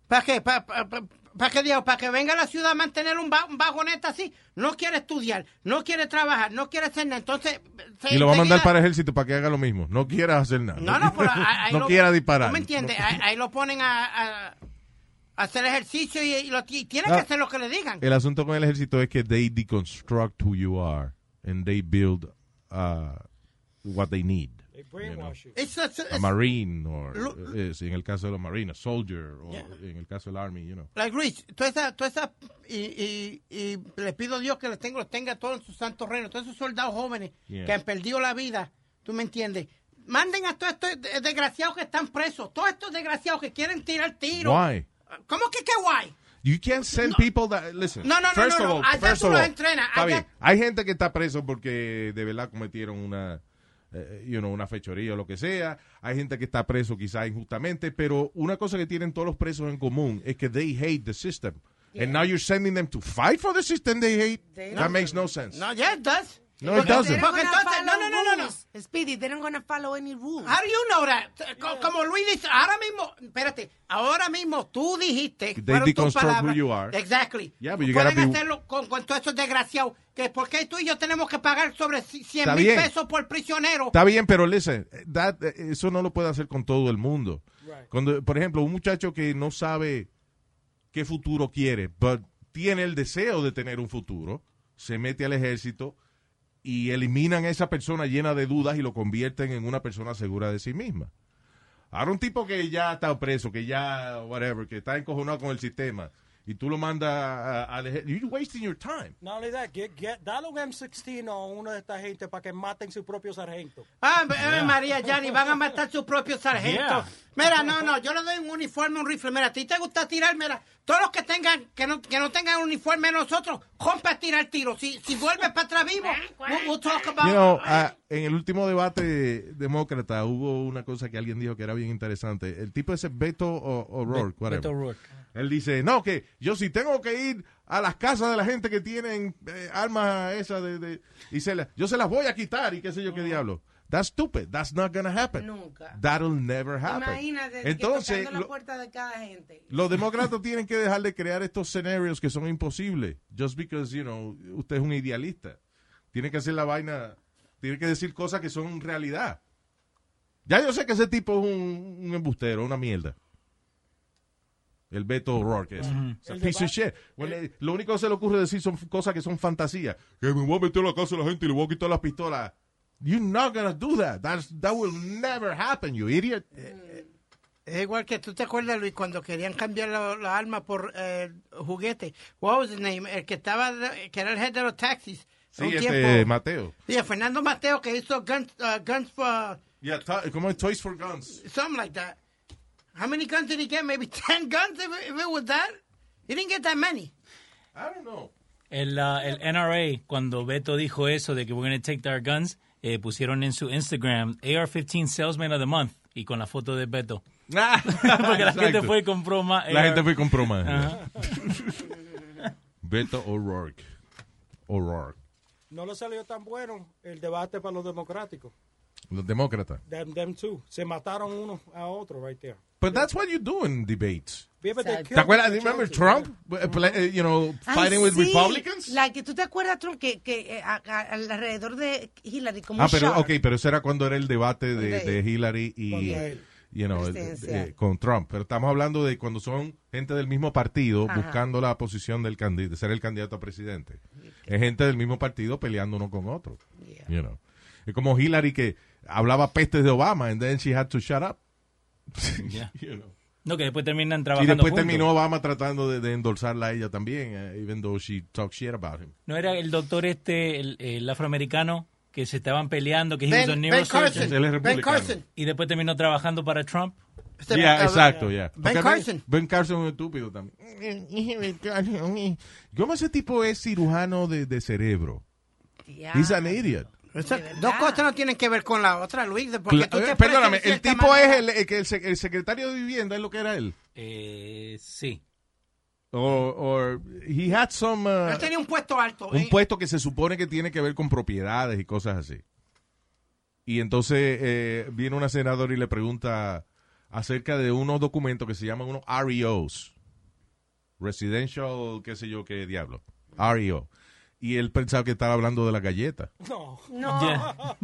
S3: ¿Para qué? ¿Para, para, qué diablo? ¿Para que venga a la ciudad a mantener un, ba- un bajoneta así? No quiere estudiar, no quiere trabajar, no quiere hacer nada. Entonces, se-
S2: Y lo va a mandar
S3: enseguida-
S2: para el ejército para que haga lo mismo. No quiera hacer nada.
S3: No, no, pero a- ahí
S2: no
S3: lo-
S2: quiera disparar.
S3: ¿Tú me entiendes? Ahí, ahí lo ponen a, a- a hacer ejercicio y, y lo, ti- tienen
S2: Ah.
S3: que hacer lo que le digan.
S2: El asunto con el ejército es que they deconstruct who you are and they build uh, what they need.
S3: It's a- it's-
S2: A marine or
S3: Lo-
S2: eh, sí, en el caso de los marines, a soldier o en el caso del army, you know.
S3: Like Luis, tú esa, tú esa, y, y, y le pido a Dios que los tenga, los tenga todos en sus santos reinos, todos esos soldados jóvenes
S2: Yeah.
S3: que han perdido la vida, ¿tú me entiendes? Manden a todos estos de- desgraciados que están presos, todos estos desgraciados que quieren tirar tiros.
S2: Why?
S3: ¿Cómo que qué guay?
S2: You can't send people that listen.
S3: No, no, no,
S2: first
S3: no, no.
S2: Of all,
S3: Allá
S2: first
S3: tú
S2: of
S3: los
S2: all,
S3: entrenas,
S2: Está
S3: allá-
S2: bien. Hay gente que está preso porque de verdad cometieron una eh, you know, una fechoría o lo que sea. Hay gente que está preso quizás injustamente, pero una cosa que tienen todos los presos en común es que they hate the system. And now you're sending them to fight for the system they hate.
S8: They
S2: That
S8: don't.
S2: makes no sense.
S3: No, yeah, it does.
S2: No, it
S8: They
S2: doesn't.
S8: don't wanna
S3: entonces-
S8: follow
S3: no, no, no, no.
S8: rules. Speedy, they don't gonna follow any rules.
S3: How do you know that? Co- Como Luis dice, ahora mismo, espérate, ahora mismo tú dijiste.
S2: They
S3: fueron tus
S2: deconstruct who
S3: palabras.
S2: you are.
S3: Exactly.
S2: Yeah, but you
S3: Pueden
S2: gotta be-
S3: hacerlo con, con todos esos desgraciados. Que ¿Por qué tú y yo tenemos que pagar sobre 100
S2: Está
S3: mil
S2: bien.
S3: pesos por prisionero?
S2: Está bien, pero listen, that- eso no lo puede hacer con todo el mundo. Cuando, por ejemplo, un muchacho que no sabe qué futuro quiere, pero tiene el deseo de tener un futuro, se mete al ejército y eliminan a esa persona llena de dudas y lo convierten en una persona segura de sí misma. Ahora un tipo que ya está preso, que ya, whatever, que está encojonado con el sistema, y tú lo mandas a- al ejército, you're wasting your time.
S4: Not only that, get, get, dale un M16 a uno de esta gente para que maten su propio sargento.
S3: Ah, eh, María Yanni, van a matar sus propios sargentos.
S4: Yeah.
S3: Mira, no, no, yo le doy un uniforme, un rifle. Mira, a ti te gusta tirar, mira, todos los que tengan, que no, que no tengan uniforme nosotros, rompe a tirar tiro. Si, si vuelves para atrás vivo,
S8: ¿Eh?
S3: we'll, we'll talk about
S2: You know, ah, en el último debate demócrata hubo una cosa que alguien dijo que era bien interesante. El tipo ese Beto O- O'Rourke.
S5: Be-
S2: whatever.
S5: Beto O'Rourke.
S2: Él dice, no, que yo si tengo que ir a las casas de la gente que tienen eh, armas esas de, de- y se la- yo se las voy a quitar y qué sé yo qué diablo. That's stupid. That's not gonna happen.
S8: Nunca.
S2: That'll never
S3: Ah, pues,
S2: happen.
S8: Imagínate que
S2: Entonces,
S8: tocando
S2: lo-
S8: la puerta de cada gente.
S2: los demócratas tienen que dejar de crear estos escenarios que son imposibles. Just because, you know, usted es un idealista. Tiene que hacer la vaina, tiene que decir cosas que son realidad. Ya yo sé que ese tipo es un, un embustero, una mierda. El Beto O'Rourke es. piece of shit. Bueno, eh, lo único que se le ocurre decir son cosas que son fantasía. Que me voy a meter a la casa de la gente y le voy a quitar las pistolas. You're not gonna do that. That's, that will never happen, you idiot.
S3: Es igual que tú te acuerdas, Luis, cuando querían cambiar la, la arma por eh, juguete. What was his name? El que estaba, que era el head de los taxis.
S2: Sí,
S3: Un
S2: este,
S3: tiempo-
S2: Mateo.
S3: Sí, Fernando Mateo que hizo Guns, uh, guns for
S2: Yeah, to- ¿Cómo es? eh, Toys for Guns.
S3: something like that. How many guns did he get? Maybe 10 guns if, it- if it was that? He didn't get that many.
S2: I don't know.
S5: El, ah, el NRA, cuando Beto dijo eso de que we're going to take our guns, eh, pusieron en su Instagram AR-15 Salesman of the Month y con la foto de Beto. Ah. Porque la gente
S2: Exacto.
S5: fue y compró más.
S2: La
S5: AR.
S2: gente fue y compró más.
S5: Ajá.
S2: Beto O'Rourke. O'Rourke.
S4: No le salió tan bueno el debate para los democráticos.
S2: Los demócratas.
S4: Them, them two. Se mataron uno a otro right there.
S2: But that's what you do in debates.
S4: Yeah, but they
S2: ¿Te
S4: killed
S2: acuerdas?
S4: the
S2: Remember
S4: churches,
S2: Trump? Uh, pla- uh, You know, fighting with Republicans?
S8: Ah, La que tú te acuerdas, Trump, que, que eh, a- a- alrededor de Hillary, como
S2: Ah, pero,
S8: Sharp.
S2: ok, pero eso era cuando era el debate de,
S8: De-
S2: de Hillary y
S8: Contra él.
S2: you know,
S8: Presidencial.
S2: eh, con Trump. Pero estamos hablando de cuando son gente del mismo partido
S8: Ajá.
S2: buscando la posición del candidato, de ser el candidato a presidente. Es gente del mismo partido peleando uno con otro. You know. Es como Hillary que hablaba pestes de Obama and then she had to shut up.
S5: Yeah.
S2: You know.
S5: No, que después terminan
S2: y
S5: trabajando.
S2: después
S5: juntos.
S2: terminó Obama tratando de, de endorsarla a ella también, eh, even though she talked shit about him.
S5: No era el doctor este, el, el afroamericano, que se estaban peleando, que he
S3: Ben-
S5: was a
S3: Ben
S5: neurosurgeon.
S3: Carson. Él es Ben republicano. Carson. Este
S5: Y después terminó trabajando para Trump.
S2: Ya, exacto, ya.
S3: Ben
S2: Porque
S3: Carson.
S2: Ben Carson es un estúpido también. ¿Cómo ese tipo es cirujano de, de cerebro?
S3: Ah.
S2: He's an idiot.
S3: Eso- dos cosas no tienen que ver con la otra, Luis. de- Porque
S2: Cla-
S3: tú te
S2: eh, perdóname,
S3: expresas de
S2: el
S3: cierta
S2: tipo
S3: manera.
S2: es el, el, que el sec- el secretario de vivienda, es lo que era él.
S5: Eh, sí.
S2: Or, or he had some uh,
S3: Él tenía un puesto alto.
S2: un
S3: eh.
S2: puesto que se supone que tiene que ver con propiedades y cosas así. Y entonces eh, viene una senadora y le pregunta acerca de unos documentos que se llaman unos REOs. Residential, qué sé yo, qué diablo. REO. Y él pensaba que estaba hablando de la galleta.
S4: No.
S3: Oh.
S8: No.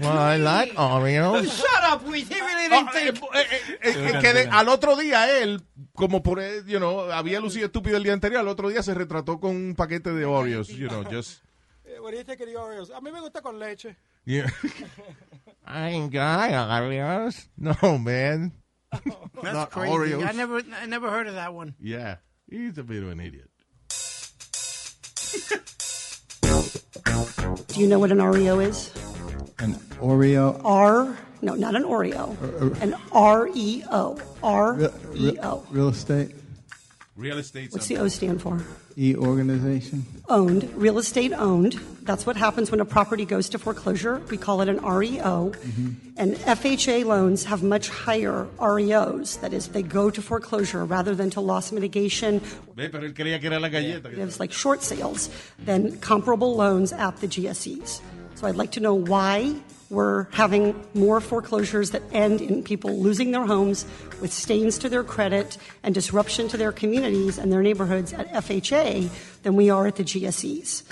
S2: Well, I like E Oreos.
S3: Shut up, Luis. He really
S2: Oh,
S3: didn't think.
S2: Eh, eh, que de- al otro día él, como por, eh, you know, había lucido estúpido el día anterior, al otro día se retrató con un paquete de Oreos, you know, just,
S4: Eh, what do you think of the Oreos? A mí me gusta con leche.
S2: yeah. I ain't got Oreos. No, man.
S3: That's
S2: Not
S3: crazy.
S2: Oreos.
S3: I never, I never heard of that one.
S2: Yeah, he's a bit of an idiot.
S14: Do you know what an Oreo is?
S15: An Oreo.
S14: R? No, not an Oreo. An R E O. R
S15: Re-
S14: E
S15: re-
S14: O.
S15: real estate.
S2: Real estate.
S14: What's the O stand for?
S15: E organization.
S14: Owned. Real estate owned. That's what happens when a property goes to foreclosure. We call it an REO. E And FHA loans have much higher REOs. That is, they go to foreclosure rather than to loss mitigation
S2: Ve, pero él creía que era la galleta.
S14: It's like short sales than comparable loans at the GSEs. So I'd like to know why we're having more foreclosures that end in people losing their homes with stains to their credit and disruption to their communities and their neighborhoods at FHA than we are at the GSEs.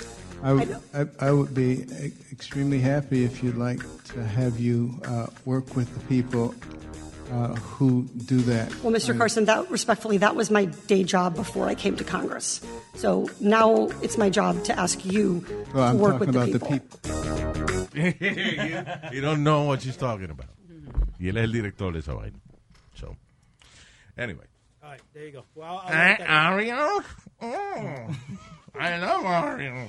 S15: I would- I- I would be e- extremely happy if you'd like to have you uh, work with the people uh, who do that.
S14: Well, Mr. Carson, that respectfully, that was my day job before I came to Congress. So now it's my job to ask you
S15: Well,
S14: to
S15: I'm
S14: work with
S15: talking
S14: the
S15: about the
S14: people.
S15: people.
S2: you don't know what she's talking about. Y él es el director de esa vaina. So, anyway.
S4: All right, there you go. Well, I'll-
S2: Eh,
S4: I'll-
S2: Oreo? Mm. I love Oreo.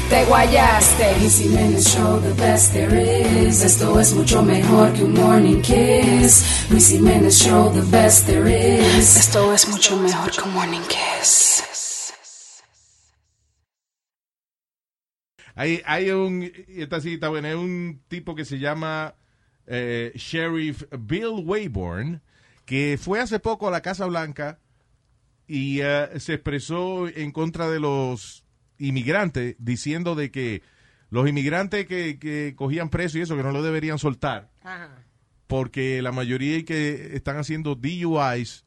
S12: te guayaste. Luis Jiménez Show, the best there is. Esto es mucho mejor que un morning kiss. Luis Jiménez Show, the best there is. Esto es mucho mejor que un morning kiss.
S2: Hay, hay un, y esta cita, bueno, hay un tipo que se llama eh, Sheriff Bill Wayborn, que fue hace poco a la Casa Blanca y eh, se expresó en contra de los inmigrantes, diciendo de que los inmigrantes que, que cogían preso y eso, que no lo deberían soltar, porque la mayoría que están haciendo DUIs,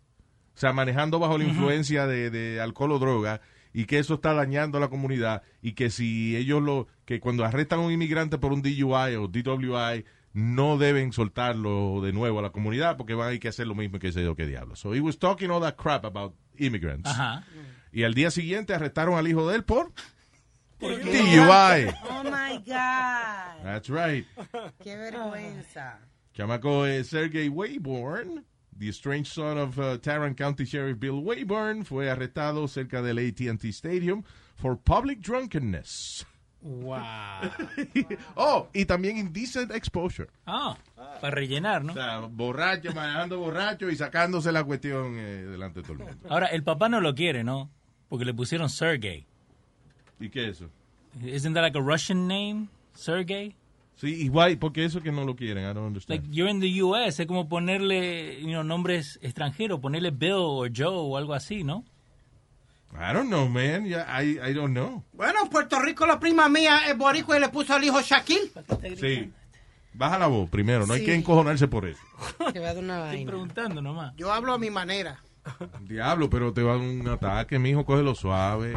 S2: o sea, manejando bajo la influencia de, de alcohol o droga, y que eso está dañando a la comunidad, y que si ellos lo, que cuando arrestan a un inmigrante por un DUI o DWI, no deben soltarlo de nuevo a la comunidad porque van a ir que hacer lo mismo que se yo que diablo. So he was talking all that crap about immigrants.
S5: Ajá.
S2: Y al día siguiente arrestaron al hijo de él por DUI.
S8: Oh my God.
S2: That's right.
S8: Qué vergüenza.
S2: Chamaco eh, Sergey Wayborn, the strange son of uh, Tarrant County Sheriff Bill Wayborn, fue arrestado cerca del AT&T Stadium for public drunkenness.
S5: Wow.
S2: Oh, y también indecent exposure.
S5: Ah, para rellenar, ¿no?
S2: O sea, borracho, manejando borracho y sacándose la cuestión eh, delante de todo el mundo.
S5: Ahora, el papá no lo quiere, ¿no? Porque le pusieron Sergey.
S2: ¿Y qué es eso?
S5: Isn't that like a Russian name? Sergey?
S2: Sí, igual, porque eso que no lo quieren, I don't understand.
S5: Like, you're in the U.S., es como ponerle you know, nombres extranjeros, ponerle Bill o Joe o algo así, ¿no?
S2: I don't know, man. Yeah, I, I don't know.
S3: Bueno, en Puerto Rico la prima mía es boricua y le puso al hijo Shaquille.
S2: Sí. Baja la voz primero, no hay que encojonarse por eso.
S8: Te va a dar una vaina. Estoy
S5: preguntando nomás.
S3: Yo hablo a mi manera.
S2: Diablo, pero te va a dar un ataque, mijo, cógelo suave.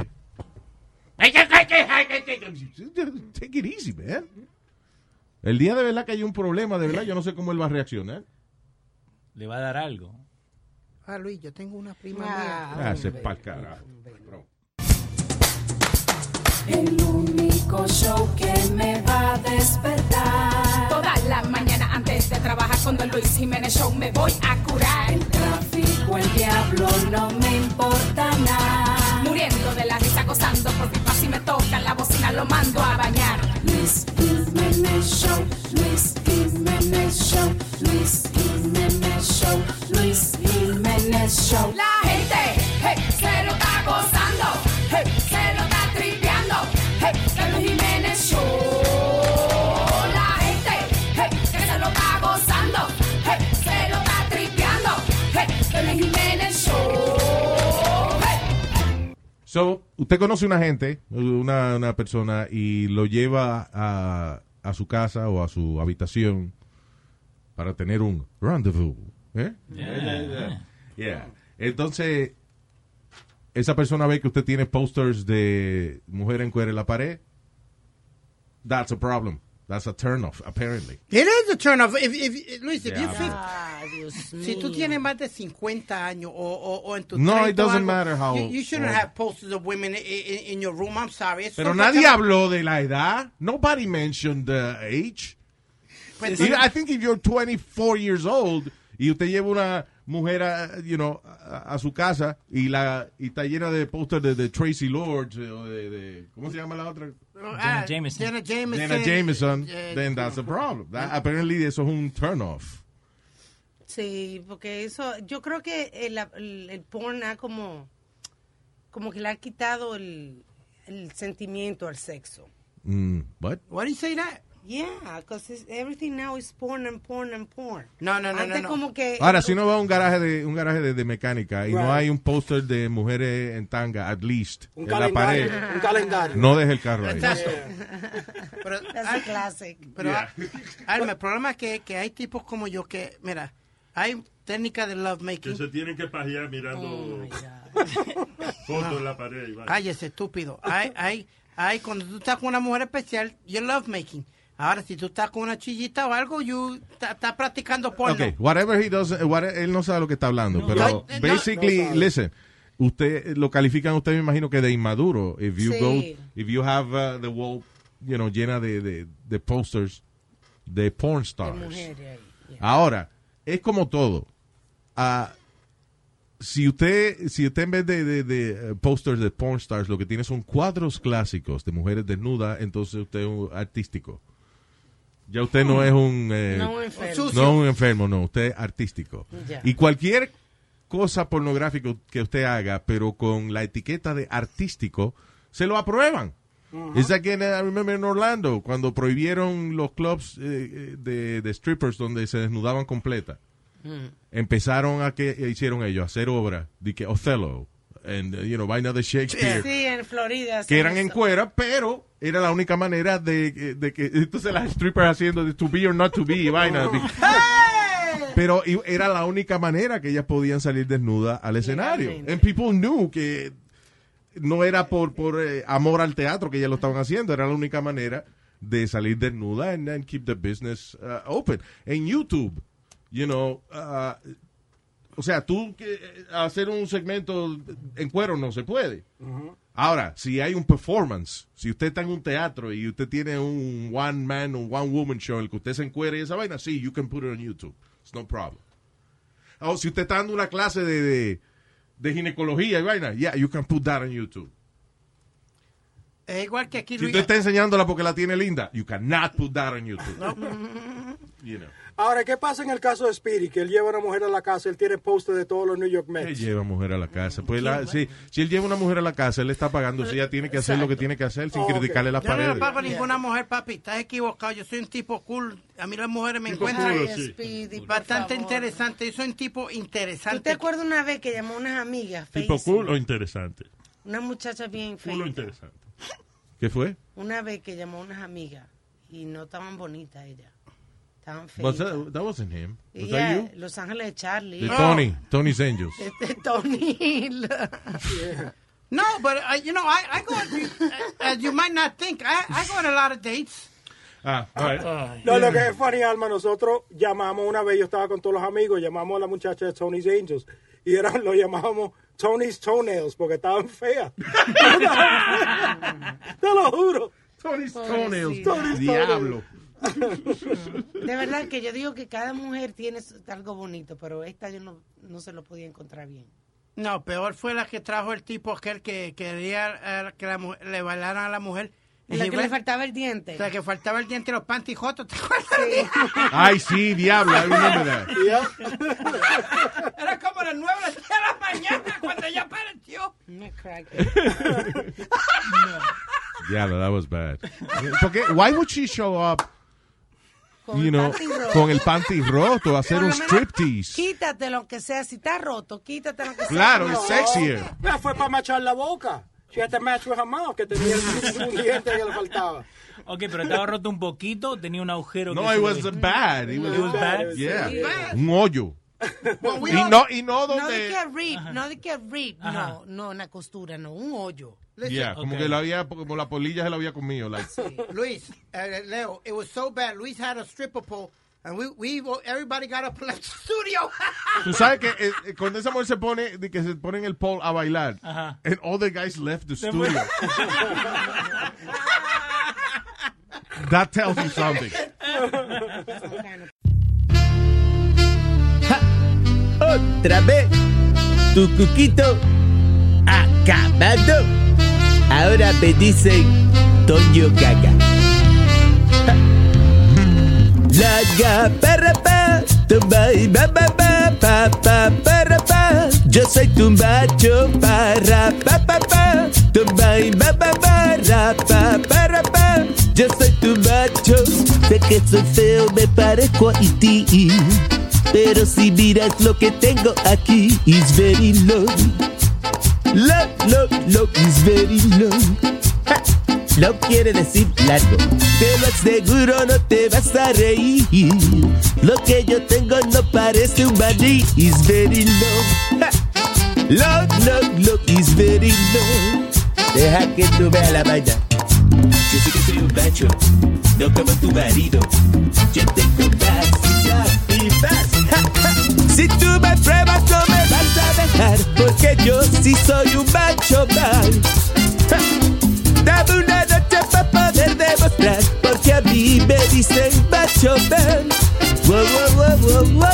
S2: Take it easy, man. El día de verdad que hay un problema, de verdad, yo no sé cómo él va a reaccionar.
S5: Le va a dar algo.
S3: Ah, Luis, yo tengo una prima mía.
S2: Ah, se pa'l carajo.
S12: El único show que me va a despertar. Toda la mañana antes de trabajar con Don Luis Jiménez Show me voy a curar. El tráfico, el diablo, no me importa nada. Muriendo de la risa, gozando por pipa si me toca la bocina, lo mando a bañar. Luis Jiménez Show, Luis Jiménez Show, Luis Jiménez Show, Luis Jiménez Show. La gente hey, se lo está gozando, hey, se lo está tripeando. Hey, que Luis Jiménez Show. La gente hey, que se lo está gozando, hey, se lo está tripeando. Hey, que Luis Jiménez Show. Hey.
S2: So, usted conoce una gente, una, una persona, y lo lleva a, a su casa o a su habitación para tener un rendezvous. ¿eh? Yeah. Entonces, esa persona ve que usted tiene posters de mujer en cuero en la pared. That's a problem. That's a turn off, apparently.
S3: It is a turn off. If, if, Luis, if you
S2: Yeah.
S3: fif-
S8: Ah,
S3: si tú tienes más de 50 años o, o, o en tu
S2: No,
S3: 30
S2: it doesn't
S3: o algo,
S2: matter how
S3: You, you shouldn't
S2: old.
S3: have posters of women i- i- in, your room. I'm sorry. It's
S2: Pero
S3: so-
S2: nadie habló de la edad. Nobody mentioned the age.
S3: Pues-
S2: You know, I think if you're 24 years old y usted lleva una mujer a, you know, a, a su casa y la y está llena de póster de, de Tracy Lords eh, o de, de- ¿cómo se llama la otra?
S3: Ah, Jenna Jameson.
S2: Dana Jameson,
S3: Eh,
S2: then that's a problem. That- apparently eso es un turn off.
S8: Sí, porque eso, yo creo que el, el, el porn ha como, como que le ha quitado el, el sentimiento al sexo.
S2: Mm, what?
S3: Why do you say that?
S8: Yeah, because everything now is porn and porn and porn.
S3: No, no, no,
S8: Antes
S3: no, no.
S8: como que...
S3: eh,
S2: Ahora, si uno va a un garaje de un garaje de, de mecánica y
S8: Right.
S2: no hay un póster de mujeres en tanga, at least,
S4: Un
S2: en la
S4: calendario,
S2: pared,
S4: un calendario.
S2: no deje el carro ahí.
S3: Exacto. Pero,
S8: That's a classic.
S3: Pero, ah,
S8: Yeah.
S3: Al- Alma, el problema es que, que hay tipos como yo que, mira, hay técnicas de love
S9: Que
S3: making.
S9: se tienen que pajear mirando fotos en la pared. y vaina.
S3: Ay, es estúpido. Ay, ay, ay, cuando tú estás con una mujer especial, you love making. Ahora, si tú estás con una chillita o algo, you ta- estás practicando porno.
S2: Okay, whatever he does, eh, what- él no sabe lo que está hablando, pero
S3: No, no,
S2: basically,
S3: no sabe.
S2: listen, usted eh, lo califican usted me imagino que de inmaduro. If you
S8: Sí.
S2: go, if you have uh, the wall, you know, llena de, de, de posters de porn stars.
S8: mujeres ahí.
S2: Ahora, es como todo. Ah, si usted, si usted en vez de, de, de, eh, posters de porn stars, lo que tiene son cuadros clásicos de mujeres desnudas, entonces usted es un artístico. Ya usted no es un, eh,
S8: No un enfermo.
S2: no un enfermo, no, usted es artístico.
S8: Ya.
S2: Y cualquier cosa pornográfica que usted haga, pero con la etiqueta de artístico, se lo aprueban. Es aquí en, I remember en Orlando, cuando prohibieron los clubs eh, eh, de, de strippers donde se desnudaban completa.
S8: Mm.
S2: Empezaron a que eh, hicieron ellos, a hacer obras, de que Othello, and, eh, you know, vaina de Shakespeare,
S8: Sí, en Florida. sí,
S2: que eran en
S8: eso.
S2: cuera, pero era la única manera de, eh, de que, entonces las strippers haciendo de to be or not to be, y vaina. de- pero i- era la única manera que ellas podían salir desnudas al escenario. And people knew que no era por, por eh, amor al teatro que ellas lo estaban haciendo, era la única manera de salir desnuda and, then keep the business uh, open. En YouTube, you know, uh, o sea, tú que, eh, hacer un segmento en cuero no se puede. Ahora, si hay un performance, si usted está en un teatro y usted tiene un one man o one woman show en el que usted se encuere y esa vaina, sí, you can put it on YouTube. It's no problem. O si usted está dando una clase de, de, de ginecología y vaina, yeah, you can put that on YouTube.
S3: Es igual que aquí
S2: Si
S3: Luis.
S2: usted está enseñándola porque la tiene linda, you cannot put that on YouTube. You know.
S4: Ahora, ¿qué pasa en el caso de Speedy? Que él lleva a una mujer a la casa, él tiene póster de todos los New York
S2: Él
S4: Mets.
S2: lleva mujer a la casa. Pues la- si, si él lleva una mujer a la casa, él le está pagando. Si ella tiene que hacer lo que tiene que hacer sin
S3: Oh, ok.
S2: criticarle las
S3: Yo no le
S2: paredes.
S3: pago a ninguna mujer, papi. Estás equivocado. Yo soy un tipo cool. A mí las mujeres me
S2: Tipo
S3: encuentran
S2: cool, sí.
S3: bastante interesante. Yo soy un tipo interesante.
S8: ¿Tú te acuerdas una vez que llamó unas amigas?
S9: ¿Tipo
S8: feísimas?
S9: cool o interesante?
S8: Una muchacha bien fea.
S9: Cool o interesante.
S2: ¿Qué fue?
S8: Una vez que llamó unas amigas y no estaban bonitas ellas. Estaban
S2: Was
S8: feas.
S2: that, that wasn't him. Was
S8: Yeah,
S2: that you?
S8: Los Ángeles de Charlie.
S2: De Tony. Tony's Angels.
S8: Este Tony.
S3: No, but uh, you know, I, I go uh, as you might not think. I, I go on a lot of dates.
S2: Ah, all right.
S4: No, lo que es funny, Alma, nosotros llamamos una vez, yo estaba con todos los amigos, llamamos a la muchacha de Tony's Angels y era, lo llamábamos Tony's Toenails porque estaban feas. Te lo juro.
S2: Tony's
S8: Toenails.
S4: Tony's
S2: Diablo.
S8: De verdad que yo digo que cada mujer tiene su- algo bonito, pero esta yo no, no se lo podía encontrar bien.
S3: No, peor fue la que trajo el tipo aquel que quería eh, que la mu- le bailaran a la mujer.
S8: La que le
S3: faltaba
S8: el diente.
S3: La que faltaba el diente y los pantijotos. ¿te acuerdas?
S2: Ay, sí, diablo. I remember that.
S3: Era como las nueve de la mañana cuando ella apareció.
S2: Diablo, that was bad. Porque, why would she show up,
S8: Con
S2: you
S8: el
S2: know,
S8: panty roto.
S2: con el panty roto, a hacer
S8: Por
S2: un
S8: lo menos,
S2: striptease?
S8: Quítate lo que sea, si está roto, quítate lo que sea.
S2: Claro, it's sexier.
S4: No, fue para machar la boca. She had to match with her mouth, que tenía un diente que le faltaba.
S5: Ok, pero estaba roto un poquito, tenía un agujero.
S2: No,
S5: que
S2: it
S5: se
S2: was
S5: ve.
S2: bad. It was,
S5: It was bad.
S2: Yeah.
S8: Yeah.
S2: Un hoyo.
S8: we
S2: Y
S8: all-
S2: no, y no
S8: No de
S2: donde...
S8: que rip, no de que rip,
S2: Ajá.
S8: no, no, una costura, no, un hoyo.
S2: Yeah, como que lo había, como la polilla se la había comido. Like,
S3: Luis, uh, Leo, it was so bad. Luis had a stripper pole, and we, we everybody got up and left the studio.
S2: Tú sabes que eh, eh, cuando esa mujer se pone, de que se pone en el pole a bailar,
S3: Ajá.
S2: and all the guys left the
S3: Se
S2: studio. That tells you something.
S16: Otra vez, tu cuquito acabado. Ahora me dicen Toño Gaga. La ga para pa, tumba y ba ba ba, pa pa para pa. Yo soy tu macho para pa pa pa, tumba y ba ba ba, ra pa para pa. Yo soy tu macho, sé que soy feo, me parezco a ti. Pero si miras lo que tengo aquí, is very low. Low, low, low, is very low. Ja, Low quiere decir largo. Te lo aseguro, no te vas a reír. Lo que yo tengo no parece un maní. Is very low. Ja. Low, low, low, is very low. Deja que tú veas la vaina. Yo sé que soy un macho, no como tu marido. Yo tengo más y más y más. Ja, ja. Si tú me pruebas, no me vas a dejar. Porque yo sí soy un macho mal. Ja. Dame una noche para poder demostrar, porque a mí me dicen macho man. Wow, wow, wow, wow,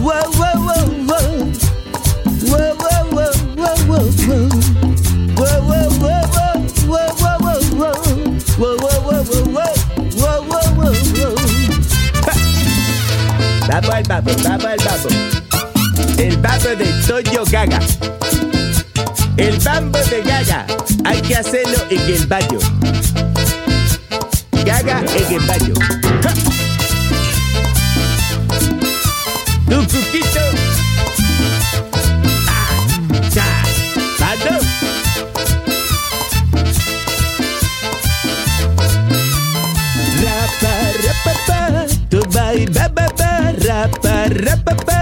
S16: wow, wow, wow, wow, wow, wow, wow, wow, wow, wow. Wow, wow, wow, wow, wow, wow, wow, wow, wow, wow, wow, wow, wow, wow, wow. Ja. Vamos al babo, vamos al babo. El babo de Toyo Gaga. El bambo de Gaga, hay que hacerlo en el baño. Gaga en el baño. ¡Ja! Tu cuquito. Acabado. Rapa, rapa, pa, tu bai, ba, ba, ba, rapa, rapa, pa.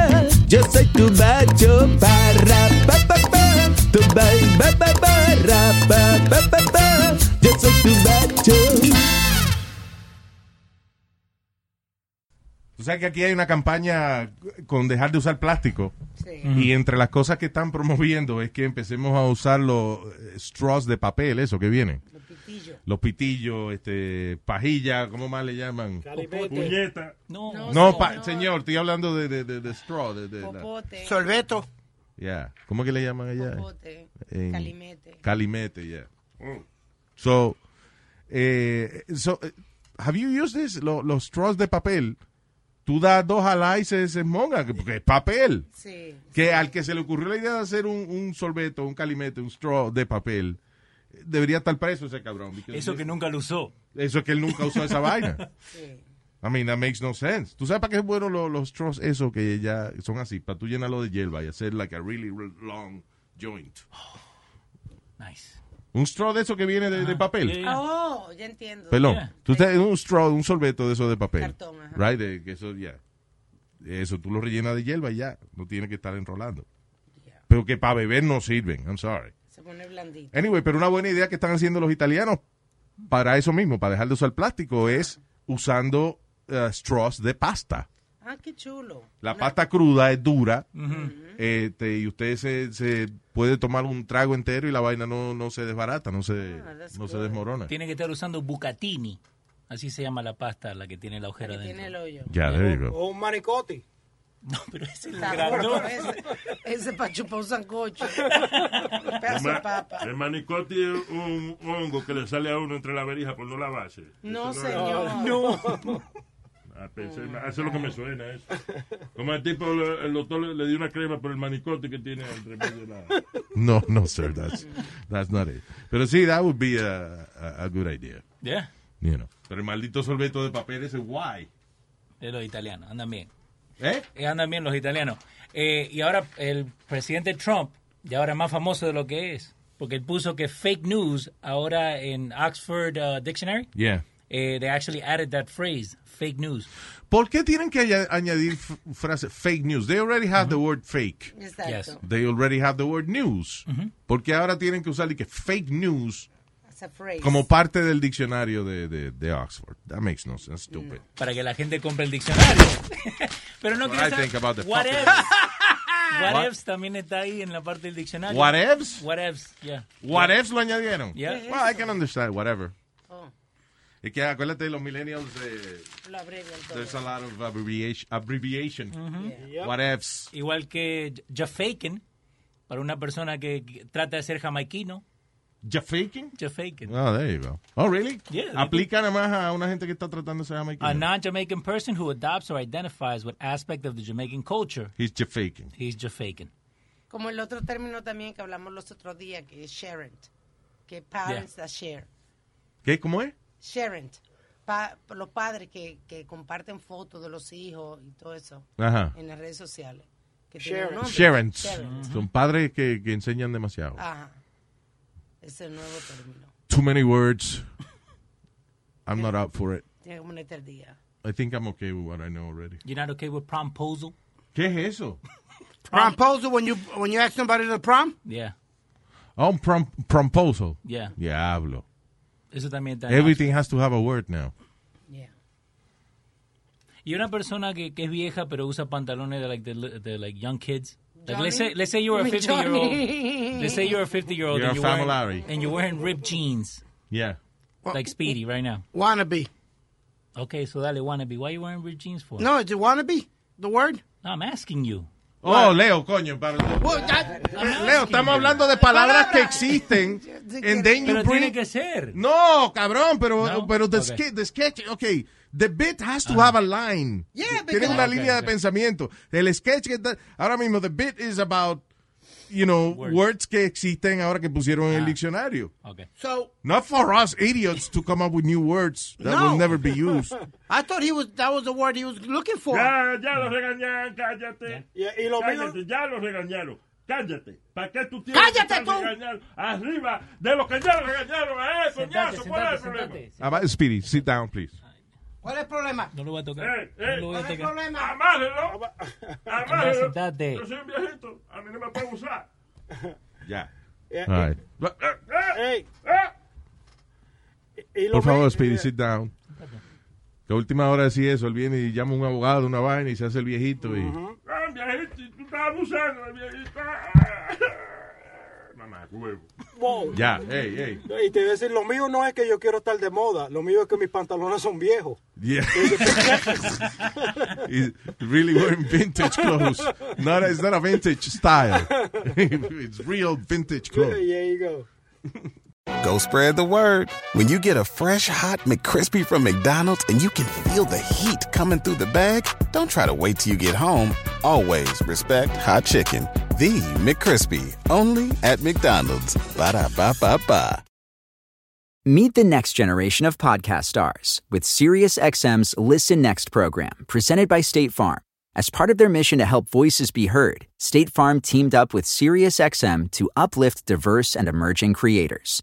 S16: Yo soy tu macho, pa, rapa, pa, pa. Tu bai, ba, ba, ba, rapa, pa, pa, pa. Yo soy tu macho.
S2: Tú sabes que aquí hay una campaña con dejar de usar plástico.
S8: Ujú.
S2: Y entre las cosas que están promoviendo es que empecemos a usar los eh, straws de papel, eso que vienen. Los pitillos. Los pitillos, este, pajilla, ¿cómo más le llaman?
S9: Puñeta.
S5: No.
S2: No, pa- señor, estoy hablando de, de, de- de straw. De, de la-
S3: Sorbeto.
S2: Yeah. ¿Cómo que le llaman allá?
S8: Popote,
S2: En-
S8: calimete.
S2: Calimete, yeah.
S5: Mm.
S2: So, eh, so, eh, have you used this? Lo- los straws de papel. Tú das dos al y se desmonga, que- porque es papel.
S8: Sí.
S2: Que al que se le ocurrió la idea de hacer un, un sorbeto, un calimete, un straw de papel, eh, debería estar preso ese cabrón. because
S5: Eso que nunca lo usó.
S2: eso que él nunca usó esa vaina. I mean, that makes no sense. ¿Tú sabes para qué es bueno lo- los straws esos que ya son así? Para tú llenarlo de hierba y hacer like a really re- long joint.
S5: Nice. Eh,
S2: Un straw de eso que viene de, de papel.
S8: Oh, ya entiendo.
S2: Perdón.
S8: Yeah.
S2: Tú te- un straw, un sorbeto de eso de papel.
S8: Cartón, ajá.
S2: Right, de, que eso ya. Eso tú lo rellenas de hierba y ya. No tiene que estar enrolando. Pero que para beber no sirven. I'm sorry.
S8: Se pone blandito.
S2: Anyway, pero una buena idea que están haciendo los italianos para eso mismo, para dejar de usar plástico, es usando eh, straws de pasta.
S8: Ah, qué chulo.
S2: La pasta cruda es dura.
S8: Ujú.
S2: este, y usted se, se puede tomar un trago entero y la vaina no, no se desbarata, no se,
S8: Ah,
S2: no se desmorona.
S5: Tiene que estar usando bucatini. Así se llama la pasta, la que tiene la ojera dentro.
S8: Tiene el hoyo.
S2: Ya, there you go.
S4: O un manicotti.
S5: No, pero ese es el
S8: Está
S5: grande.
S8: bueno, Ese, ese para chupar un sancocho. Un pedazo de papa.
S9: El manicoti es un hongo que le sale a uno entre la verija por no lavarse.
S8: No, Mm.
S9: Eso
S8: señor.
S9: No. Ah, pensé- eso es lo que
S8: Ah.
S9: me suena eso. Como el tipo, le- el doctor le, le dio una crema por el manicote que tiene entre medio de la...
S2: No, no, sir, that's, that's not it. Pero sí, that would be a, a, a good idea.
S5: Yeah.
S2: You know. Pero el maldito sorbeto de papel ese, guay.
S5: De los italianos, andan bien.
S2: ¿Eh?
S5: Andan bien los italianos. Eh, y ahora el presidente Trump, ya ahora es más famoso de lo que es, porque él puso que fake news ahora en Oxford uh, Dictionary,
S2: Yeah.
S5: eh, they actually added that phrase, fake news.
S2: ¿Por qué tienen que aña- añadir f- frase fake news? They already have the word fake.
S8: Exacto. Yes.
S2: They already have the word news. Porque ahora tienen que usar like, fake news
S8: That's a phrase.
S2: como parte del diccionario de, de, de Oxford. That makes no sense. Stupid.
S5: Para que la gente compre el diccionario. Pero no
S2: What
S5: quiero
S2: I think about the
S5: What
S2: fucking-
S5: ifs. What
S2: What?
S5: ifs también está ahí en la parte del diccionario.
S2: What ifs?
S5: Mm. What ifs, yeah.
S2: What ifs lo añadieron?
S5: Yeah. ¿Qué es
S2: Well, I
S5: eso?
S2: can understand, whatever.
S8: Oh.
S2: Es que acuérdate de los millennials, eh,
S8: Lo abrevian todo.
S2: there's a lot of abbreviation. abbreviation.
S5: Ujú.
S2: Yeah. What ifs.
S5: Igual que Jafaken, para una persona que que trata de ser jamaiquino.
S2: ¿Jafaken?
S5: Jafaken.
S2: Oh, there you go. Oh, really?
S5: Yeah, they
S2: Aplica nada más a una gente que está tratando de ser americana.
S5: A non-Jamaican person who adopts or identifies with aspect of the Jamaican culture.
S2: He's Jafaken.
S5: He's Jafaken.
S8: Como el otro término también que hablamos los otros días, que es sharent. Que parents that share.
S2: ¿Qué? ¿Cómo es?
S8: Sharent. Pa- los padres que, que comparten fotos de los hijos y todo eso
S2: Ajá.
S8: en las redes sociales. Que
S4: Sharent.
S2: Sharon.
S8: Sharent.
S2: Son padres que, que enseñan demasiado.
S8: Ajá. Ese nuevo término.
S2: Too many words. I'm not up for it.
S8: Tiene como una eternidad.
S2: I think I'm okay with what I know already.
S5: You're not okay with promposal?
S2: ¿Qué es eso?
S3: Promposal when you when you ask somebody to prom.
S5: Yeah.
S2: Oh, un prom promposal.
S5: Yeah.
S2: Diablo.
S5: Eso también está. en
S2: Everything has to have a word now.
S5: Y una persona que, que es vieja pero usa pantalones de like the, li- the, like young kids. Like, let's
S8: Johnny.
S5: say let's say you're a
S8: Johnny.
S5: 50 year old. Let's say you're a 50 year old
S2: You're
S5: and
S2: a
S5: you're wearing,
S2: family.
S5: and you're wearing ripped jeans.
S2: Yeah.
S5: Like Speedy right now.
S3: Wannabe.
S5: Okay, so dale wannabe. Why you wearing ripped jeans for?
S3: No, it's a wannabe. The word.
S5: No, I'm asking you.
S2: Oh, Leo, coño. para- Leo, estamos hablando de palabras que existen. And then you
S5: Pero
S2: bring-
S5: tiene que ser.
S2: No, cabrón, pero, pero the,
S5: Ok.
S2: sketch, the sketch, ok, the bit has to have a line.
S8: Yeah,
S2: Tiene
S8: because-
S2: una
S8: Ah, ok,
S2: línea de
S8: ok.
S2: pensamiento. El sketch que está- ahora mismo, the bit is about, you know, words, que existen ahora que pusieron en el diccionario.
S5: Okay.
S3: So
S2: Not for us idiots to come up with new words that
S3: No.
S2: will never be used.
S3: I thought he was that was the word he was looking for.
S9: Ya, Ah, ya lo regañaron, cállate.
S4: y lo
S9: cállate, ya lo regañaron. Cállate. ¿Para qué tú tienes
S3: ¡Cállate
S9: que estar
S3: tú!
S9: regañando arriba de lo que ya lo regañaron? ¡Eh, coñazo! ¿Cuál es el problema?
S2: Ama- Ah, Speedy, sit down, please.
S3: ¿Cuál es el problema?
S5: No lo voy a tocar.
S9: Eh, eh,
S5: no lo voy a tocar.
S3: problema?
S9: Amárrelo.
S5: Amá,
S9: Amárrelo.
S5: sentate.
S9: Yo soy un viejito. A mí no me puede usar.
S2: Ya.
S4: Eh,
S2: All right.
S9: Eh,
S4: eh,
S9: eh.
S4: Y lo
S2: Por favor,
S4: ve-
S2: Speedy, sit down. Que a última hora sí eso, él viene y llama a un abogado, una vaina y se hace el viejito y...
S9: Ah, viejito, tú estás abusando de viejito. Mamá, huevo.
S4: Wow.
S2: Ya, hey, hey.
S4: Y te voy a decir, lo mío no es que yo quiero estar de moda, lo mío es que mis pantalones son viejos.
S2: Yeah. He's really wearing vintage clothes. Not, it's not a vintage style. it's real vintage
S4: Yeah,
S2: clothes.
S4: there you go.
S10: Go spread the word. When you get a fresh hot McCrispy from McDonald's and you can feel the heat coming through the bag, don't try to wait till you get home. Always respect hot chicken. The McCrispy, only at McDonald's. Ba da ba ba ba.
S17: Meet the next generation of podcast stars with SiriusXM's Listen Next program, presented by State Farm. As part of their mission to help voices be heard, State Farm teamed up with SiriusXM to uplift diverse and emerging creators.